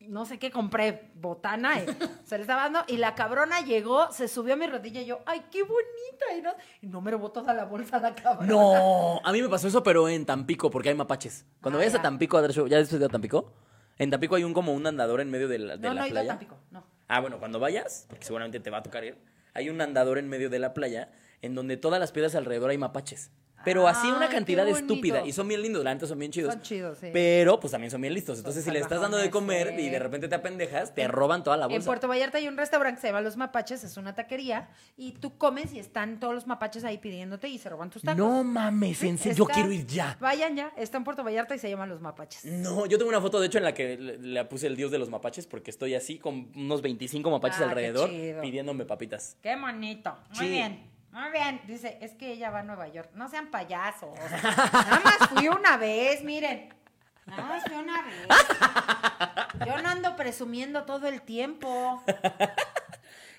no sé qué compré, botana, eh, se le estaba dando, y la cabrona llegó, se subió a mi rodilla y yo, ay, qué bonita, y no, y no me robó toda la bolsa la cabrona.
No, a mí me pasó eso, pero en Tampico, porque hay mapaches. Cuando
Ah,
vayas a
ya.
Tampico a dar show, ¿ya después de Tampico? En Tampico hay un como un andador en medio de la, de
No,
la
no he ido
playa.
a Tampico, no.
Ah, bueno, cuando vayas, porque seguramente te va a tocar ir, hay un andador en medio de la playa en donde todas las piedras alrededor hay mapaches. Pero así
Ay,
una
Ah, qué
cantidad
bonito.
estúpida. Y son bien lindos, la neta son bien chidos.
Son chidos, sí.
Pero pues también son bien listos. Entonces, si le estás dando de
salvajones,
comer y de
sí.
repente te apendejas, te roban toda la
En
bolsa.
Puerto Vallarta hay un restaurante que se llama Los Mapaches, es una taquería, y tú comes y están todos los mapaches ahí pidiéndote y se roban tus tacos.
No mames, en serio, yo
Está-
quiero ir ya.
Vayan ya, está en Puerto Vallarta y se llama Los Mapaches.
No, yo tengo una foto, de hecho, en la que le, le puse el dios de los mapaches porque estoy así con unos 25 mapaches
Ah, qué
alrededor
chido.
pidiéndome papitas.
Qué bonito. Muy
Sí.
bien. Muy bien. Dice, es que ella va a Nueva York. No sean payasos. Nada más fui una vez, miren. Nada más fui una vez. Yo no ando presumiendo todo el tiempo.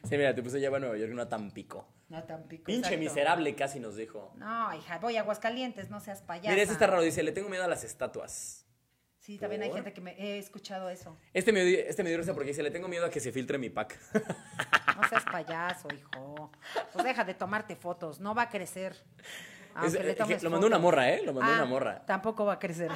Sí, mira, te puse ya a Nueva York, no tan pico.
No tan pico.
Pinche
exacto.
miserable casi nos dijo.
No, hija, voy a Aguascalientes, no seas payaso.
Mira, este está raro, dice, le tengo miedo a las estatuas.
Sí, también hay
¿Por?
gente que me he escuchado eso.
Este me, dio- este me dio risa porque dice, le tengo miedo a que se filtre mi pack.
No seas payaso, hijo. Pues deja de tomarte fotos, no va a crecer. Aunque
Es-
Ah, le
eh,
tomes
lo mandó una
fotos.
morra, ¿eh? Lo mandó
Ah,
una morra.
Tampoco va a crecer.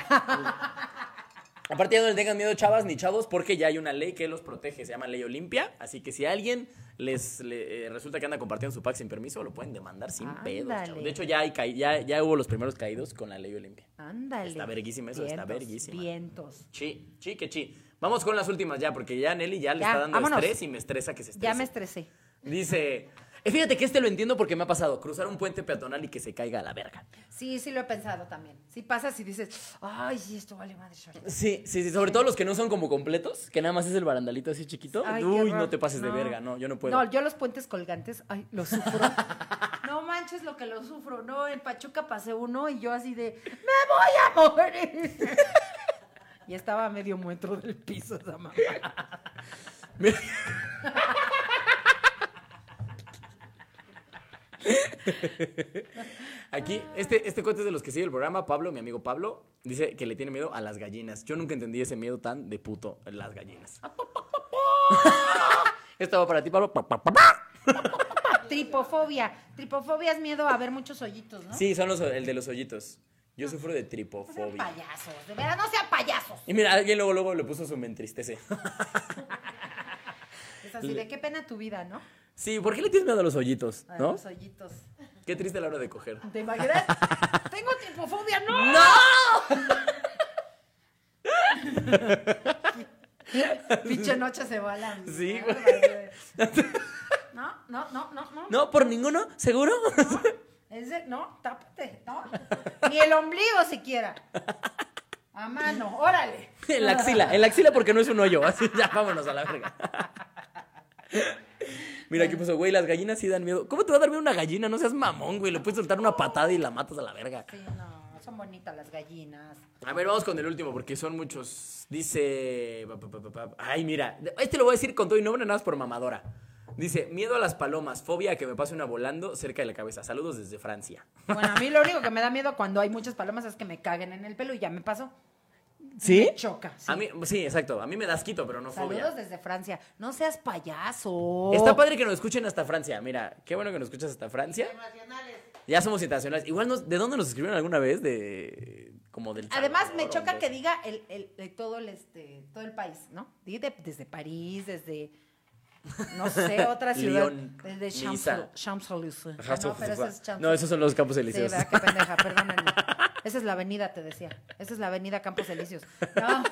Aparte ya no le tengan miedo chavas ni chavos porque ya hay una ley que los protege, se llama Ley Olimpia, así que si a alguien les le- eh, resulta que anda compartiendo su pack sin permiso, lo pueden demandar sin pedos.
Ándale.
chavos. De hecho ya hay caí- ya, ya hubo los primeros caídos con la Ley Olimpia.
Ándale.
Está verguísima eso, está verguísima.
Vientos.
Chi, chi que chi. Vamos con las últimas ya porque ya Nelly ya le
Ya,
está dando
vámonos.
estrés y me estresa que se estrese.
Ya me estresé.
Dice, eh, fíjate que este lo entiendo porque me ha pasado, cruzar un puente peatonal y que se caiga a la verga.
Sí, sí lo he pensado también. Si pasas y dices, ay, sí, esto vale madre. short".
Sí, sí, sí, sobre todo los que no son como completos, que nada más es el barandalito así chiquito.
Ay, qué
Uy,
horror.
no te pases de verga, no, yo no puedo.
No, yo los puentes colgantes, ay, lo sufro. no manches lo que lo sufro. No, en Pachuca pasé uno y yo así de, me voy a morir. y estaba a medio muerto del piso esa mamá.
Mira. Aquí, este, este cuento es de los que sigue el programa. Pablo, mi amigo Pablo, dice que le tiene miedo a las gallinas. Yo nunca entendí ese miedo tan de puto, las gallinas. Esto va para ti, Pablo. Pa, pa, pa, pa.
Tripofobia. Tripofobia es miedo a ver muchos hoyitos, ¿no? Ah.
Sí, son los, el de los hoyitos. Yo sufro de
No sean
tripofobia.
payasos, de verdad, no sean payasos.
Y mira, alguien luego, luego le puso su me entristece.
Es así de qué pena tu vida, ¿no?
Sí, ¿por qué le tienes miedo a los hoyitos?
A pues, ah.
¿No?
Los hoyitos.
Qué triste a la hora de coger.
¿Te imaginas? Tengo tripofobia, no. Pinche noche se va a la
Sí,
mierda,
güey.
güey. No, no, no, no, no.
No, por ninguno, seguro.
Ese- no, tápate, no. Ni el ombligo siquiera. A mano, órale.
En la axila, en la axila porque no es un hoyo, así ya vámonos a la verga. Mira, aquí puso, güey, las gallinas sí dan miedo. ¿Cómo te va a dar miedo una gallina? No seas mamón, güey, le puedes soltar una patada y la matas a la verga.
Sí, no, son bonitas las gallinas.
A ver, vamos con el último porque son muchos. Dice, pa, pa, pa, pa, pa. ay, mira, este lo voy a decir con todo y nombre nada más por mamadora. Dice, miedo a las palomas, fobia a que me pase una volando cerca de la cabeza. Saludos desde Francia.
Bueno, a mí lo único que me da miedo cuando hay muchas palomas es que me caguen en el pelo y ya me pasó.
¿Sí?
Me choca. sí.
A mí, sí, exacto. A mí me das quito, pero no fobia.
Saludos desde Francia. No seas payaso.
Está padre que nos escuchen hasta Francia. Mira, qué bueno que nos escuchas hasta Francia. Ya somos internacionales. Igual, nos- ¿de dónde nos escribieron alguna vez? De. Como del.
Además,
Salvador,
me choca
¿o
que
qué?
diga el, el- el- todo, el, este, todo el país, ¿no? Diga de- desde París, desde, no sé, otra ciudad.
Lyon,
desde
Niza.
Champs- Champs-Élysées. Ah,
Ajá,
no, pero eso es
No,
Champs-Élysées.
esos son los Campos
Sí,
Elíseos.
¿verdad? Qué pendeja, perdónenme. Esa es la avenida, te decía. Esa es la avenida Campos Elíseos. No.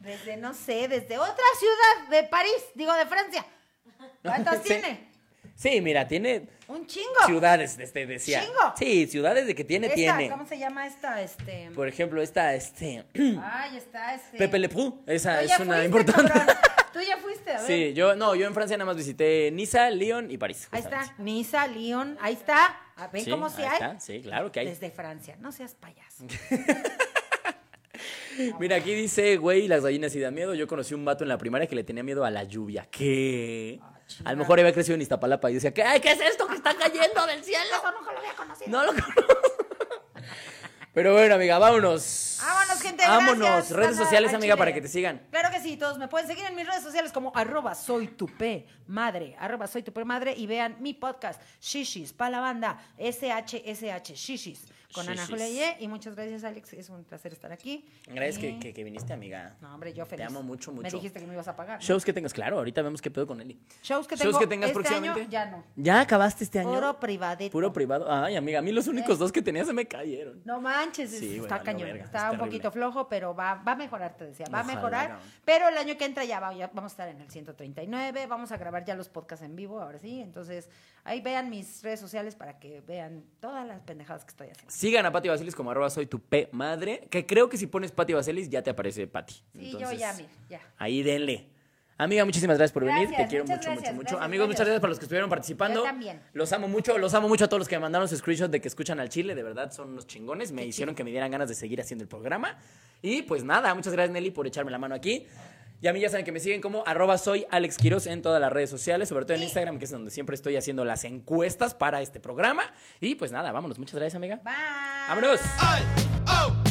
Desde, no sé, desde otra ciudad de París, digo, de Francia. ¿Cuántas
Sí.
tiene?
sí, mira, tiene
Un chingo.
ciudades, este, decía.
Chingo.
Sí, ciudades de que tiene,
Esta,
tiene.
¿Cómo se llama esta? Este...
Por ejemplo, esta, este.
Ay, está este...
Pepe Le Pew, Esa
Tú
es
ya
una
fuiste,
importante.
cabrón. Tú ya fuiste, a ver.
Sí, yo, no, yo en Francia nada más visité Niza, Lyon y París.
Ahí está,
justamente.
Niza, Lyon, ahí está. Ah, ¿Ven
Pues Sí,
cómo se
ahí
hay?
está, Sí, claro que hay.
Desde Francia, no seas payaso.
Mira, aquí dice, güey, las gallinas sí dan miedo. Yo conocí un vato en la primaria que le tenía miedo a la lluvia. ¿Qué?
chinga.
a lo mejor había crecido en Iztapalapa y decía, ¿qué, ay, ¿qué es esto que está cayendo del cielo?
Eso nunca lo había conocido.
No lo conozco. Pero bueno, amiga, vámonos.
Vámonos, gente.
Vámonos.
gracias.
Redes
Banda
sociales,
al
amiga,
chile.
para que te sigan.
Claro que sí, todos me pueden seguir en mis redes sociales como arroba soy tu pe madre, arroba soy tu pe madre y vean mi podcast Shishis para la banda SHSH Shishis con Ana
Shishis.
Julia Ye, y muchas gracias Alex, es un placer estar aquí.
Gracias que,
Y-
que- que viniste, amiga.
No, hombre, yo feliz.
Te amo mucho,
Me
mucho.
dijiste que me ibas a pagar. ¿no?
Shows que tengas, claro, ahorita vemos qué pedo con Eli.
Shows que
Shows
tengo
que tengas
este
próximamente.
año, ya no.
Ya acabaste este año.
Puro privadito.
Puro privado. Ay, amiga, a mí los únicos dos que tenía se me cayeron.
No manches, es-
Sí, güey,
está
valió
cañón.
verga,
está
es
un
terrible.
poquito flojo, pero va, va a mejorar, te decía. Va
Ojalá,
a mejorar.
cabrón.
Pero el año que entra ya, va- ya vamos a estar en el 139. Vamos a grabar ya los podcasts en vivo, ahora sí. Entonces, ahí vean mis redes sociales para que vean todas las pendejadas que estoy haciendo.
Sigan a Pati Vaselis como arroba soy tu P madre. Que creo que si pones Pati Vaselis ya te aparece Pati.
Sí, yo ya, mira, ya.
Ahí denle. Amiga, muchísimas gracias por venir. Te
Gracias,
quiero
muchas
mucho, mucho,
gracias,
mucho.
gracias,
Amigos, muchas
gracias.
gracias para los que estuvieron participando.
Yo también.
Los amo mucho, los amo mucho a todos los que me mandaron su screenshot de que escuchan al Chile. De verdad, son unos chingones. Me hicieron que me dieran ganas de seguir haciendo el programa. Y pues nada, muchas gracias Nelly por echarme la mano aquí. Y a mí ya saben que me siguen como arroba soy Alex Quiroz en todas las redes sociales, sobre todo en
Y-
Instagram, que es donde siempre estoy haciendo las encuestas para este programa. Y pues nada, vámonos. Muchas gracias, amiga.
Bye.
¡Vámonos!
I O